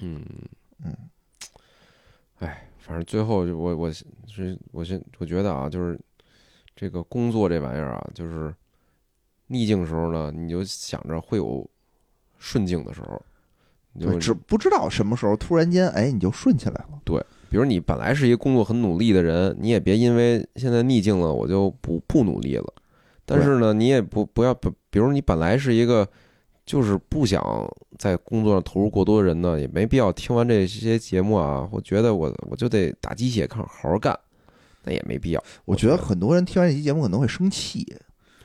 嗯
嗯，
哎，反正最后就我我是我是我觉得啊，就是这个工作这玩意儿啊，就是逆境时候呢，你就想着会有顺境的时候，你
对，
就
只不知道什么时候突然间，哎，你就顺起来了。
比如你本来是一个工作很努力的人，你也别因为现在逆境了，我就不不努力了。但是呢，你也不不要不，比如你本来是一个就是不想在工作上投入过多的人呢，也没必要听完这些节目啊，我觉得我我就得打鸡血看，好好干，那也没必要。
我觉得很多人听完这期节目可能会生气，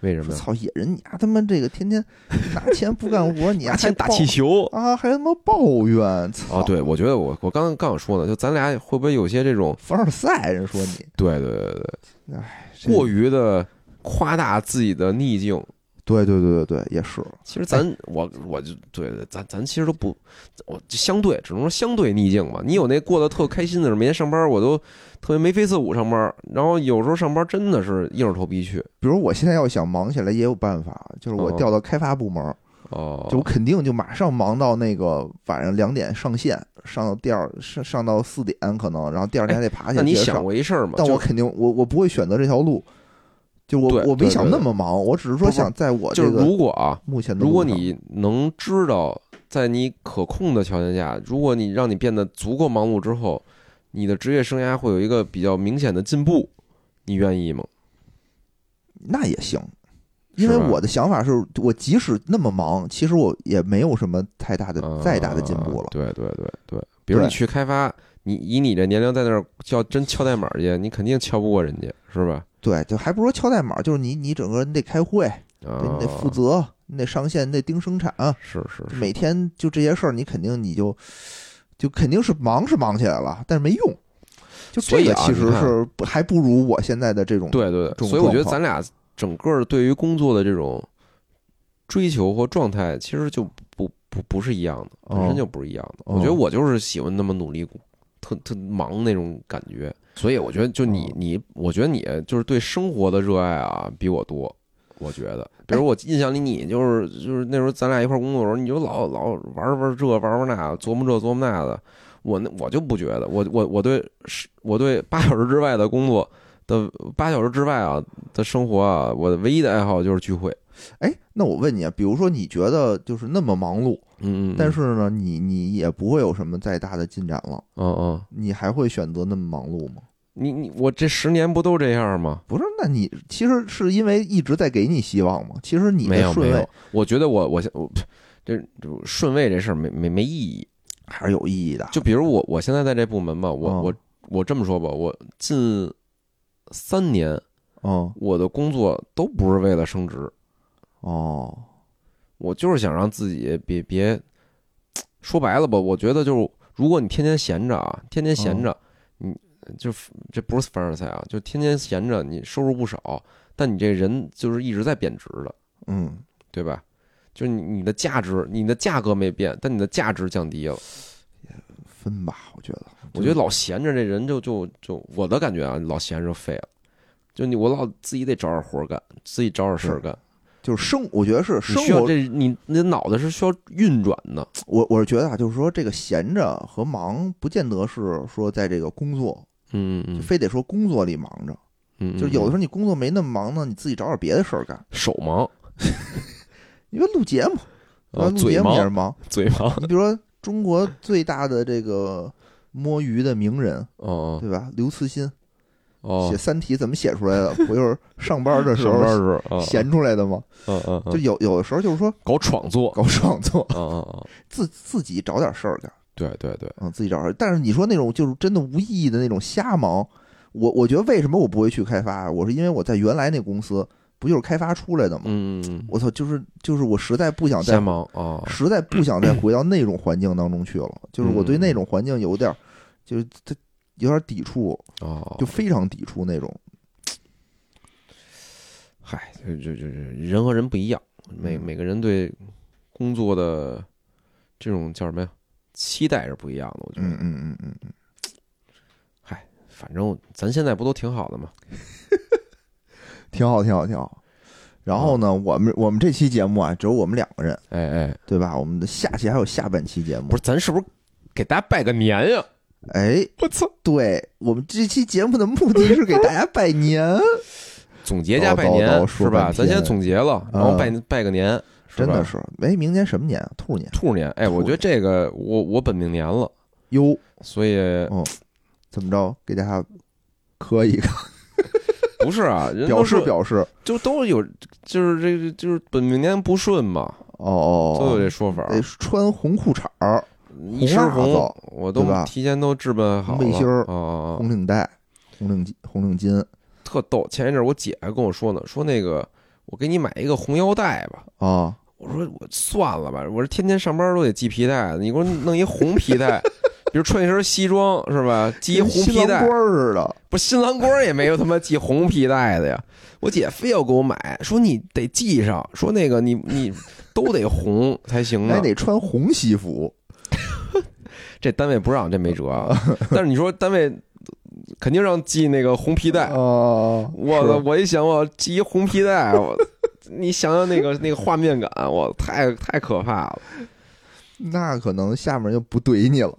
为什
说
么呀？
操野人，你丫、他妈这个天天拿钱不干
[laughs]
活，你丫、还
先打
抱
气球
啊，还他妈抱怨，操！
啊！对，我觉得我我刚刚刚想说呢，就咱俩会不会有些这种
凡尔赛，人说你
对对对对
这
对过于的夸大自己的逆境？
对对对对对，也是。
其实咱我我就对对，咱咱其实都不，我就相对只能说相对逆境吧。你有那过得特开心的时候，每天上班我都特别眉飞色舞上班，然后有时候上班真的是硬着头皮去
比如我现在要想忙起来也有办法，就是我
哦
调到开发部门，
哦，
就我肯定就马上忙到那个晚上两点上线，上到第二上上到四点可能，然后第二天还得爬起
哎那
来
你
接着
想
上。
过一事儿吗？
但
就
我肯定我我不会选择这条路，就我
对
我没
对
想
对
那
对
么忙，我只是说
不是
想在我
就
这
是
个
如果啊，
目前的
如
路
果
上
你能知道，在你可控的条件下，如果你让你变得足够忙碌之后，你的职业生涯会有一个比较明显的进步，你愿意吗？
那也行，因为
是吧
我的想法是我即使那么忙，其实我也没有什么太大的再大的进步
啊
了。
对对对对，比如
对
你去开发，你以你这年龄在那儿叫真敲代码去，你肯定敲不过人家，是吧？
对，就还不如敲代码，就是你你整个人得开会，
啊
对，你得负，责，你得上线，你得盯生产，
是是是，
每天就这些事儿，你肯定你就就肯定是忙是忙起来了，但是没用。就
所
这
以
个
啊
其实
你看
是不还不如我现在的这种
对对
这种
对，所以我觉得
状况
咱俩整个对于工作的这种追求或状态，其实就不不不是一样的，
哦
本身就不是一样的。
哦
我觉得我就是喜欢那么努力。特特忙那种感觉，所以我觉得就你
哦
你，我觉得你就是对生活的热爱啊，比我多。我觉得，
哎
比如我印象里，你就是就是那时候咱俩一块儿工作的时候，你就老老玩玩这玩玩那，琢磨这琢磨那的。我那我就不觉得，我我我对是我对八小时之外的工作的八小时之外啊的生活啊，我的唯一的爱好就是聚会。
哎，那我问你啊，比如说你觉得就是那么忙碌，
嗯，嗯嗯
但是呢，你你也不会有什么再大的进展了，
嗯嗯，
你还会选择那么忙碌吗？
你你我这十年不都这样吗？
不是，那你其实是因为一直在给你希望吗？其实你
没有
的
没
顺
有
位，
我觉得我我现我这这顺位这事儿没没没意义。
还是有意义的。
就比如我我现在在这部门吧，我、
嗯
我我这么说吧，我近三年
嗯
我的工作都不是为了升职，
哦，
我就是想让自己别别说白了吧，我觉得就是如果你天天闲着啊，天天闲着，你就这不是凡尔赛啊，就天天闲着，你收入不少，但你这人就是一直在贬值的，
嗯，
对吧？就是你你的价值，你的价格没变，但你的价值降低了。
分吧，我觉得。
我觉得老闲着这人就就就我的感觉啊，老闲着废了。就你我老自己得找点活儿干，自己找点事儿干。
就是生，我觉得是
你
生
需要
活。
这你你的脑袋是需要运转的。
我我是觉得啊，就是说这个闲着和忙，不见得是说在这个工作，
嗯
就
嗯
非得说工作里忙着。
嗯，嗯
就是有的时候你工作没那么忙呢，你自己找点别的事儿干。
手忙，
因为录节目，对吧
呃，
录
嘴
节目也是
忙， [laughs]
忙。
嘴忙，
你比如说中国最大的这个摸鱼的名人，
哦
对吧？刘慈欣写
哦
《三体》怎么写出来的？不就是上班的
哦，
时
上班的
候
时候，
闲出来的吗？
嗯嗯
就
嗯，
有有的时候就是说
搞创作，
搞创作， [laughs]
嗯嗯嗯，
自自己找点事儿干。
对对对，
嗯，自己找事儿。但是你说那种就是真的无意义的那种瞎忙，我我觉得为什么我不会去开发啊？我是因为我在原来那公司不就是开发出来的吗？
嗯，嗯
我操，就是就是我实在不想
嗯
再
瞎忙啊，
实在不想再回到那种环境当中去了，就是我对
嗯
那种环境有点儿，就是它有点儿抵触，
哦，
就非常抵触那种。
嗨，就就就就人和人不一样，每
嗯
每个人对工作的这种叫什么呀期待是不一样的。我觉得，
嗯嗯嗯嗯嗯，
反正咱现在不都挺好的吗？
挺好，挺好，挺好。然后
嗯
呢，我们我们这期节目啊，只有我们两个人，
哎哎，
对吧？我们的下期还有下半期节目
不，是，咱是不是给大家拜个年呀？
哎，
我操！
对我们这期节目的目的是给大家拜年，
总结加拜
叨叨
年
哦说
是吧？
半
咱
天
先总结了，然后
嗯
拜拜个年， [laughs] 是
真的
吧？
是。哎，明年什么年啊？兔年
兔年，哎，我觉得这个我我本命年了，
哟，
所以
怎么着？给大家磕一个，
不是啊，人
表
都
示
说
表示。
就都有，就是这个就是本命年不顺嘛，
哦哦，
都
哦
有这啊说法。
得穿红裤衩
啊
儿、
一身
红袜
红
子，
我都
对吧
提前都置办好了。
背心儿嗯
哦哦
红
哦，
领带、红领巾、红领巾
特逗。前一阵儿我姐还跟我说呢，说那个我给你买一个红腰带吧。
啊，
我说我算了吧，我这天天上班都得系皮带，你给我弄一红皮
[laughs]
带，比如穿一身西装是吧？系一
跟
红
新
皮
郎
带
官，儿似的。
不新郎官儿也没有他妈系红皮带的呀。我姐非要给我买，说你得系上，说那个你你都得红才行呢
还。得穿红西服，
这单位不让，这没辙
[laughs]
啊。但是你说单位肯定让系那个红皮带，
哦，
我
是
的我一想，我系一红皮带，我 [laughs] 你想想那个那个画面感，我太太可怕了。
那可能下面就不怼你了。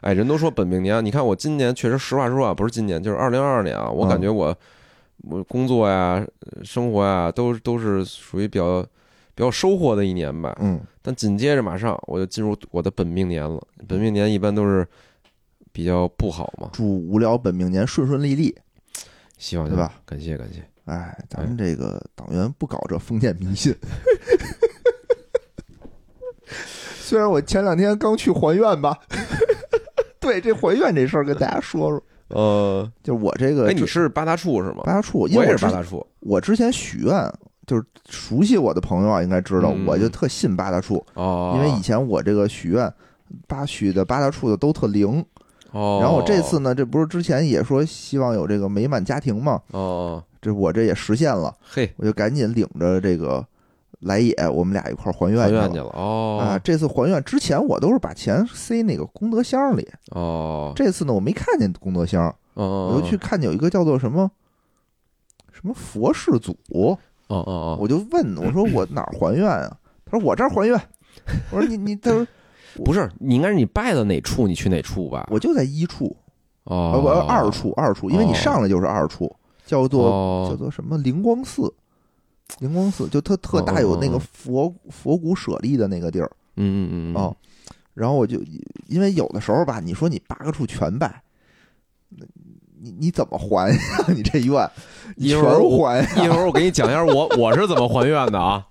哎，人都说本命年，你看我今年确实，实话实说啊，不是今年，就是二零二二年啊，我感觉我、我工作呀、呃生活呀，都都是属于比较比较有收获的一年吧。
嗯，
但紧接着马上我就进入我的本命年了，本命年一般都是比较不好嘛，
祝无聊本命年顺顺利利。
希望
对吧？
感谢感谢。
哎，咱们这个党员不搞这封建迷信。 [laughs] 虽然我前两天刚去还愿吧， [laughs] 对这还愿这事儿跟大家说说，
呃，
就是我这个
哎，你是八大处是吗？
八大处，因
我
为
也
我之
是八大处。
我之前许愿，就是熟悉我的朋友啊，应该知道，
嗯
我就特信八大处，
哦，
因为以前我这个许愿。八许的八大处的都特灵，
哦，
然后我这次呢，这不是之前也说希望有这个美满家庭嘛，
哦哦，
这我这也实现了，
嘿，
我就赶紧领着这个来也，我们俩一块儿还愿
还
去
愿去
了。
了
啊，
哦
这次还愿之前我都是把钱塞那个功德箱里，
哦，
啊这次呢我没看见功德箱，
哦哦，
我就去看见有一个叫做什么什么佛事组，
哦哦哦， [laughs]
我就问我说我哪儿还愿啊？他说我这儿还愿。我说你你他说
不是，你应该是你拜的哪处，你去哪处吧？
我就在一处，呃
哦，
不二处二处，因为你
哦
上来就是二处，叫做叫
哦，
做什么灵光寺，灵光寺就特特大有那
嗯嗯
个
嗯
佛佛骨舍利的那个地儿
嗯嗯嗯，
啊。然后我就因为有的时候吧，你说你八个处全拜，你你怎么还呀？ [laughs] 你这愿你
一
全
会儿我
还
一会儿我给你讲一
[laughs]
下我我是怎么还愿的啊。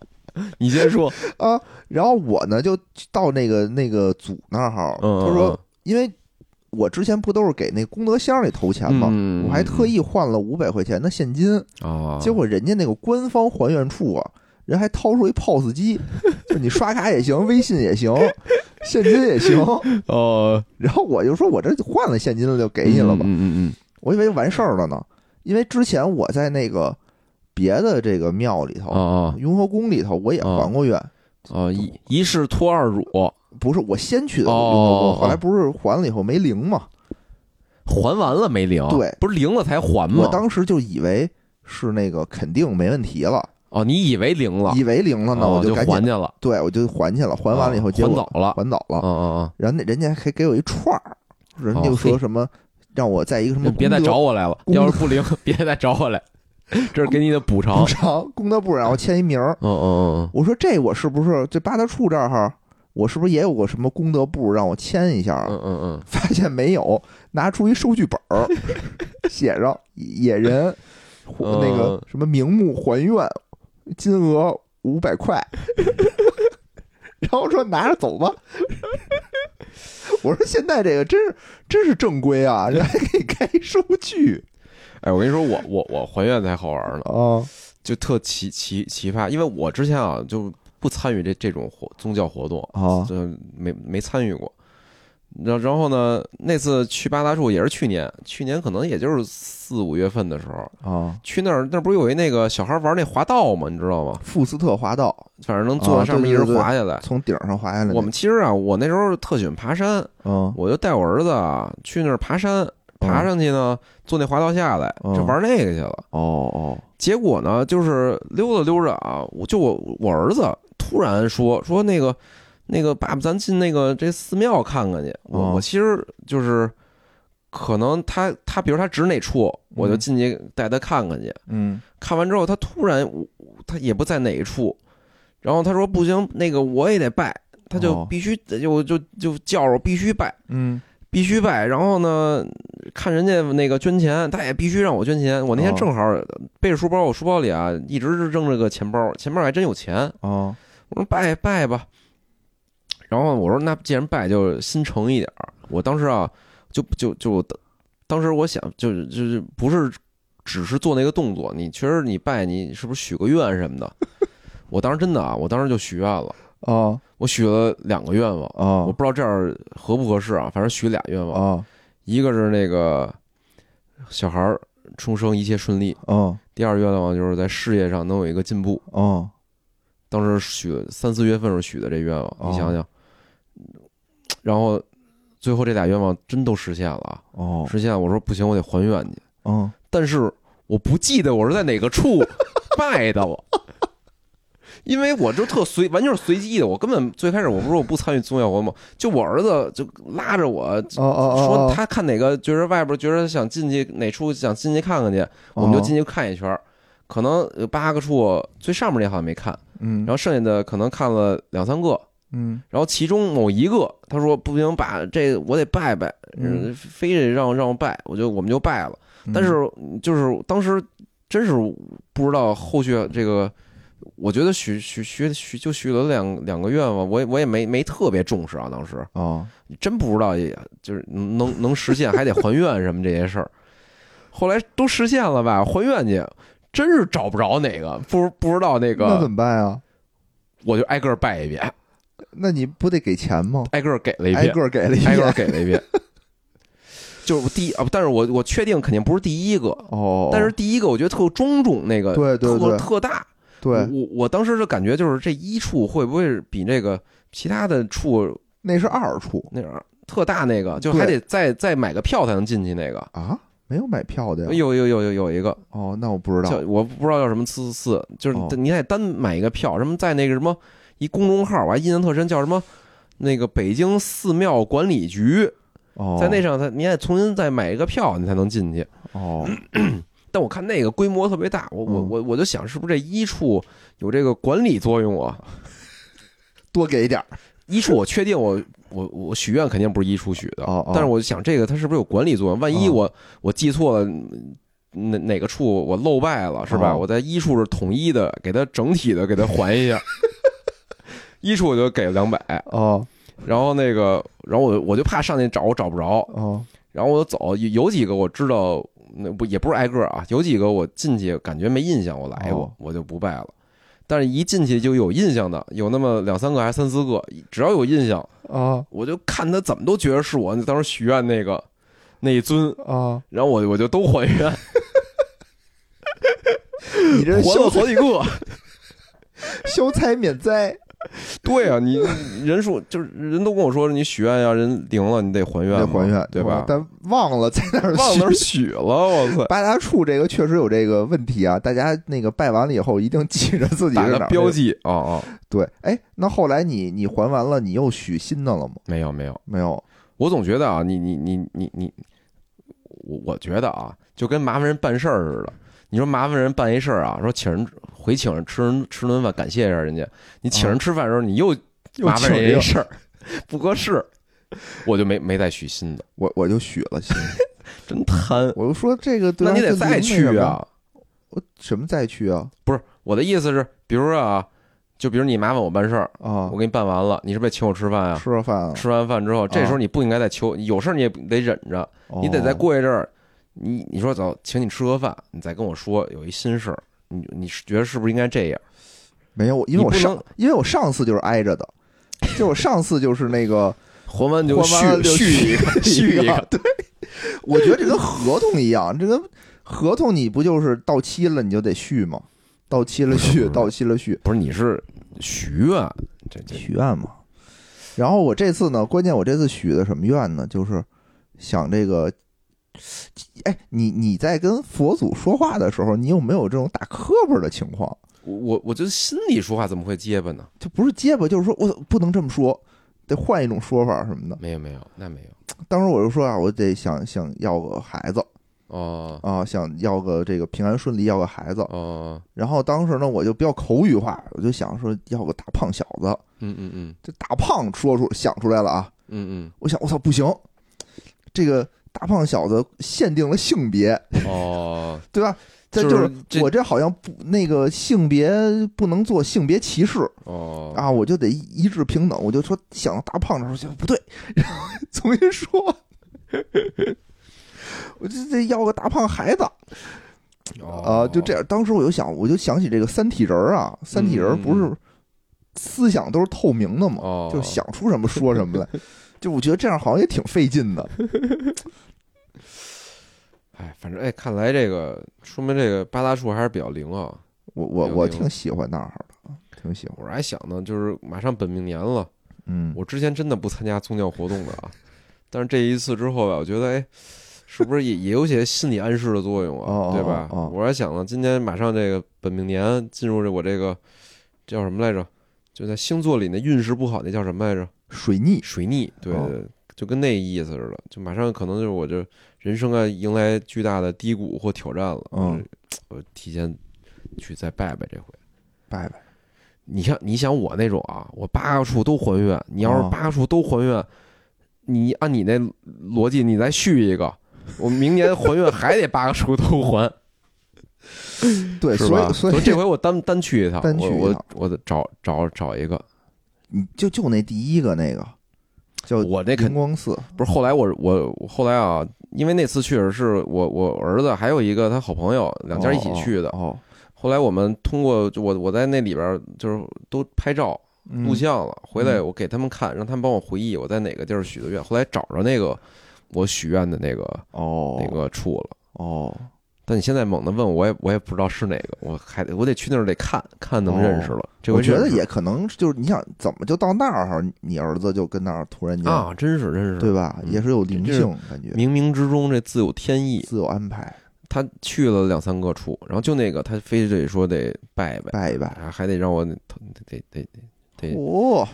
你先说，
啊！然后我呢就到那个那个组那儿哈，
嗯，
哦他说因为我之前不都是给那功德箱里投钱吗？
嗯，
我还特
意
意换了五百块钱的现金，
啊，
结果人家那个官方还原处啊，人还掏出一 POS 机， [laughs] 就你刷卡也行，微信也行，现金也行。 [laughs]
哦，
然后我就说，我这换了现金了，就给你了吧。
嗯嗯
我以为完事儿了呢，因为之前我在那个别的这个庙里
嗯，
头，
啊
雍和宫里头，我也还过愿。
啊啊，一一是托二乳，
不是我先去的雍
哦
和
哦
宫，
哦
后来不是还了以后没灵嘛？
还完了没灵？
对
不是灵了才还吗？
我当时就以为是那个肯定没问题了，
哦，你以为灵了，
以为灵了呢，
哦
我
就
赶
还
紧
去了，
对我就还去了，还完了以后
哦
结
还
果哦
早了，
还早了
嗯，嗯
然后那人家还给我一串儿，人家
哦
就说
嘿
什么让我在一个什么
嗯，别
功
再
德
找我来了，
功德
要是不灵，别再找我来，这是给你的补偿
补。偿 [laughs] 功德簿，然后签一名儿。
嗯嗯
我说这我是不是这八大处这儿哈，我是不是也有个什么功德簿让我签一下
嗯
啊？
嗯嗯嗯，
发现没有，拿出一收据本儿， [laughs] 写上野人
嗯
那个什么名目还愿，金额五百
[laughs]
块，然后说拿着走吧。我说现在这个真是真是正规啊，人还给你开一收据
哎，我跟你说，我我我还愿才好玩呢，
啊，
就特奇奇奇葩，因为我之前啊就不参与这这种活宗教活动
啊
就没没参与过。然然后呢，那次去八大处也是去年，去年可能也就是四五月份的时候
啊！
去那儿，那儿不是有一那个小孩玩那滑道吗？你知道吗？
富斯特滑道
反正能坐在上面一直
啊对对对对
滑下来。
从顶上滑下来那，
我们其实啊，我那时候特喜欢爬山，
嗯
我就带我儿子啊去那儿爬山，爬上去呢，坐那滑道下来，
嗯
就玩那个去了。
哦哦
结果呢，就是溜达溜达啊，我就我我儿子突然说说那个那个爸爸，咱进那个这寺庙看看去。我
哦
我其实就是可能他他比如他指哪处，我就进去带他看看去。
嗯
看完之后，他突然我他也不在哪一处，然后他说不行，那个我也得拜，他就
哦
必须就就就叫着我必须拜。
嗯
必须拜，然后呢，看人家那个捐钱，他也必须让我捐钱。我那天
哦
正好背着书包，我书包里啊一直是扔着个钱包，钱包还真有钱。
哦
我说拜拜吧，然后我说那既然拜就心诚一点儿。我当时啊，就就就当时我想就是就是不是只是做那个动作，你确实你拜你是不是许个愿什么的？我当时真的啊，我当时就许愿了，
哦
我许了两个愿望，我
哦
不知道这样合不合适啊，反正许俩愿望。
哦
一个是那个小孩儿出生一切顺利，
哦
第二愿望就是在事业上能有一个进步。
哦，
当时许三四月份时候许的这愿望，
哦
你想想， [sniffs] 然后最后这俩愿望真都实现了啊，
哦，
实现了。我说不行，我得还愿去，
嗯，
但是我不记得我是在哪个处拜的了。因为我就特随，完全是随机的。我根本最开始我不是我不参与宗教活动吗，就我儿子就拉着我
哦哦哦，
说他看哪个觉得外边觉得想进去哪处想进去看看去，
哦
我们就进去看一圈儿。可能有八个处最上面那好像没看，
嗯，
然后剩下的可能看了两三个，
嗯
然后其中某一个他说不行，把这我得拜拜，
嗯
呃非得让让我拜，我就我们就拜了。
嗯
但是就是当时真是不知道后续这个，我觉得许许许许就许了两两个愿望，我也我也没没特别重视啊，当时。
哦
真不知道，也就是能能实现，还得还愿什么这些事儿。后来都实现了吧？还愿去，真是找不着哪个，不不知道那
那
个
怎，么办啊？
我就挨个儿拜一遍，
那你不得给钱吗？
挨个儿给了一
挨
遍
个，儿给了一
挨个儿
遍
给了一遍。就是我第啊，但是我我确定肯定不是第一个，
哦，
但是第一个我觉得特庄重，那个
对对
特
对
特大。
对，
我我当时就感觉就是这一处会不会比那个其他的处
那是二处
那样特大那个，就还得再再买个票才能进去那个。
啊，没有买票的呀。
有有有有有一个
哦，那我啊不知
叫
道。
我不知道叫什么四四四，就是
哦
你得单买一个票，什么在那个什么一公众号，我还印象特深，叫什么那个北京寺庙管理局，
哦，
在那上他你还得重新再买一个票，你才能进去。
哦，
但我看那个规模特别大，我我
嗯
我我就想是不是这一处有这个管理作用啊？
多给一点儿，
一处我确定我我我许愿肯定不是一处许的，
哦哦
但是我想这个它是不是有管理作用？万一
哦
我我记错了。嗯哪哪个处我漏拜了是吧？
哦
我在一处是统一的，给它整体的给它还
[laughs]
一下。一处我就给了两百，
哦
然后那个，然后我我就怕上去找我找不着，
哦
然后我就走。有有几个我知道，那不也不是挨个啊，有几个我进去感觉没印象，我来过
哦，
我就不拜了。但是一进去就有印象的，有那么两三个还是三四个，只要有印象，
哦
我就看他怎么都觉得是我当时许愿那个那一尊，
哦，
然后我我就都还愿，
你这
还了
秀
好几个。
秀才免灾，
对啊，你你人数就是人都跟我说你许愿要人灵了，你得还愿
得
嘛，
还愿
对吧？
但忘了在哪儿
忘
许
哪儿许了，我操！
八大处这个确实有这个问题啊，大家那个拜完了以后一定记着自己
打
是
个
哪儿
标记啊啊，
对，哎，那后来你你还完了，你又许新的了吗？
没有没有，
没有
我总觉得啊，你你你你你，我我觉得啊，就跟麻烦人办事儿似的。你说麻烦人办一事儿啊，说请人回请人吃人吃顿饭，感谢一下人家。你请
嗯
人吃饭的时候，你又麻烦人家一
又 [laughs]
事儿，不合适，我就没没再许新的，
我我就许了新的，
真贪。
我就说这个对
那
吧，
你得
就
再
零
去
那什么，
啊！
我什么再去啊
不是我的意思是，比如说啊，就比如你麻烦我办事儿，
啊
我，给你办完了，你是不是得请我吃饭啊？
吃了饭啊，哦
吃完饭之后，这时候你不应该再求，有事儿你也得忍着，你得再
在
过一阵儿，你你说走，请你吃个饭，你再跟我说有一心事儿，你你是觉得是不是应该这样？
没有，因为我
你不
上
能
因为我上次就是挨着的，就我上次就是那个
还完就
还完了
续
就
续一个 [laughs] 续一
个
个，，
对，我觉得这跟合同一样，这跟合同你不就是到期了你就得续吗？到期了
不是不
续，
是
到期了续，
不是你是许愿，这这
许愿嘛。然后我这次呢，关键我这次许的什么愿呢？就是想这个，哎，你你在跟佛祖说话的时候，你有没有这种打磕巴的情况？
我我我觉得心里说话怎么会结巴呢？
就不是结巴，就是说我不能这么说，得换一种说法什么的。
没有没有，那没有
当时我就说啊，我得想想要个孩子
哦
啊，想要个这个平安顺利，要个孩子。
哦
然后当时呢，我就比较口语化，我就想说要个大胖小子。
嗯嗯嗯
这大胖说出想出来了啊，
嗯
我想我操不行，这个大胖小子限定了性别，
嗯哦，
对吧？这
就
就是是
这
我这好像不那个性别不能做性别歧视 [laughs]
哦
啊，我就得一致平等。我就说想到大胖的时候，想不对，然后 [laughs] 重新说，我就得要个大胖孩子
哦
啊，就这
样
样。当时我就想，我就想起这个三体人儿啊，三体人儿不
嗯
是思想都是透明的吗？
哦，
就想出什么说什么来。 [laughs] 就我觉得这样好像也挺费劲的，
哎，反正哎，看来这个说明这个八大处还是比较灵啊。
我我
有
我
有
挺喜欢那儿的，啊挺喜欢。
我还想呢，就是马上本命年了。
嗯，
我之前真的不参加宗教活动的啊， [laughs] 但是这一次之后吧，我觉得哎，是不是也 [laughs] 也有些心理暗示的作用
哦
啊
哦，
对吧？
哦哦
我还想呢，今年马上这个本命年进入这我这个叫什么来着？就在星座里那运势不好那叫什么来着？
水逆
水逆，对
哦
对，就跟那意思似的，就马上可能就是我这人生啊迎来巨大的低谷或挑战了。
嗯
我就，我提前去再拜拜这回。
拜拜，
你像你想我那种啊，我八个处都还愿，你要是
哦
八个处都还愿，你按你那逻辑，你再续一个，我明年还愿还得八个处都还，
[laughs] 对，
是
所
吧？
以所以
这回我单单去一趟，
单去
我
一
我
趟
我得找找找一个，
你就就那第一个那个叫
我那
灵
肯
光寺
不是后来我我我后来啊，因为那次去是我我儿子还有一个他好朋友两家一起去的，
哦，
后来我们通过就我我在那里边就是都拍照，录
录
像了，回来
嗯
我给他们看，让他们帮我回忆我在哪个地儿许的愿。后来找着那个我许愿的那个
哦
那个处了。
哦，
但你现在猛的问我也我也不知道是哪个，我还得我得去那儿得看看能不能认识了。这
哦
回
我觉得
认识
也可能就是你想怎么就到那儿，你儿子就跟那儿突然间
啊，真是真是，
对吧？
嗯
也是有灵
这是
性感觉，
冥冥之中这自有天意。
自有安排，
他去了两三个处，然后就那个他非得说得拜拜，
拜一拜。
还还得让我得得得得
哦，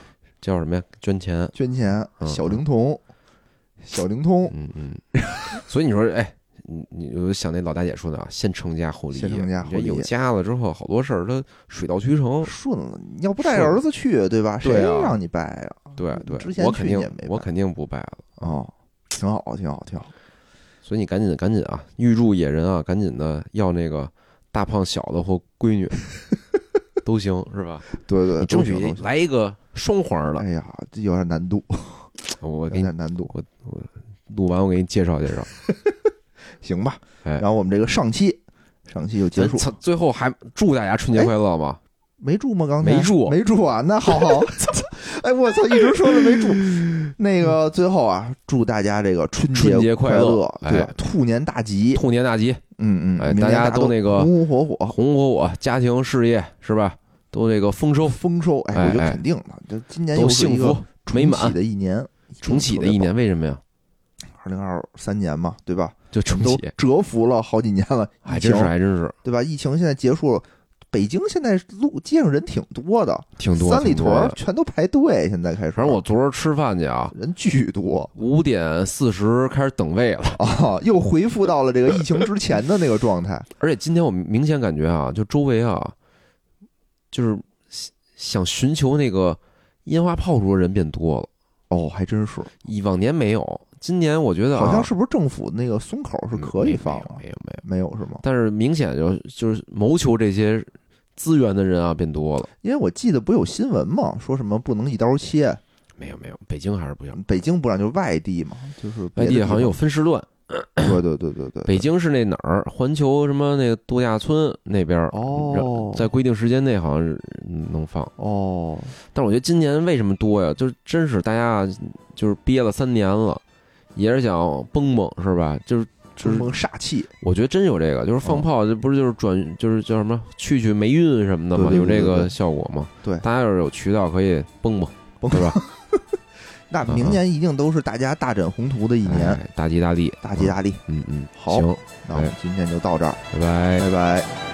叫什么呀？捐钱。
捐钱，
嗯
小灵童，小灵通，
嗯嗯。所以你说，哎，你你我就想那老大姐说的啊，先成家后立业。
先成家后
你这
立业
有家了之后，好多事儿它水到渠成。
顺了，你要不带
顺
儿子去，对吧？谁
对啊
让你拜呀？
对啊对
之，前
我
去
肯
你
定
也没
我
拜
肯定不拜了。
哦，挺好，挺好，挺好。
所以你赶紧赶紧啊，预祝野人啊，赶紧的要那个大胖小子或闺
[laughs]
女都行，是吧？
对对，
你争
呃都行
取
都行
来一个双环的，
哎呀，这有点难度，
我
有
给你
点难度，
录完，我给你介绍介绍。
行吧？
哎
然后我们这个上期，上期就结
咱
束，
操最后还祝大家春
哎
节快乐嘛？
没住吗？刚才
没住
没住啊？那好
[laughs]
好，哎，我操，一直说的没住。那个最后啊，祝大家这个春
嗯春节快
快
乐
对吧
哎？
兔年大吉，
兔年大吉，
嗯嗯，
哎
明年
大家
家
都那个
红红火火。
红红火火，家庭事业是吧？都这个丰收，
丰收，哎，我觉
哎
得
哎
肯定的，就今年
都
又是
幸
一个
福美
重启
满。
的一年，
重启的一年，为什么呀？
二零二三年嘛，对吧？
就重
都
启，
蛰伏了好几年了，
还
疫
真
情
是还真是
对吧？疫情现在结束了，北京现在路街上人挺多的，
挺多。
三里
挺多
屯儿
的
全都排队，现在开始，
反正我昨儿吃饭去啊，
人巨多
五点四十开始等位了。 [laughs]
啊， [laughs] 又恢复到了这个疫情之前的那个状
[laughs]
态。
而且今天我明显感觉啊，就周围啊，就是想想寻求那个烟花炮竹的人变多了，
哦，还真是，
以往年没有，今年我觉得、啊、嗯
好像是不是政府那个松口是可以放
没有
了？
没有没有，
没有是吗？
但是明显就就是谋求这些资源的人啊变多了，
因为我记得不有新闻嘛，说什么不能一刀切，
没有没有，北京还是不行，
北京不让就是外地嘛，就是别
外
的
地好像
地
有分时段，
方，对对对对对，
北京是那哪儿环球什么那个度假村那边儿
哦
在规定时间内好像是能放。
哦，
但我觉得今年为什么多呀？就是真是大家就是憋了三年了，也是想蹦蹦是吧？就是就
春
是，
风煞气，
我觉得真有这个，就是
哦
放炮，这不是就是转就是叫什么去去霉运什么的嘛，
对对
有
对
这
对
个
对
效果嘛？
对
大家要是有渠道可以蹦蹦，
蹦
是吧？
[laughs] 那明年一定都是大家大展宏图的一年，
哎大吉大利，
大吉大利。
嗯嗯，
好
行，
那我们今天就到这儿，
拜拜。
拜拜。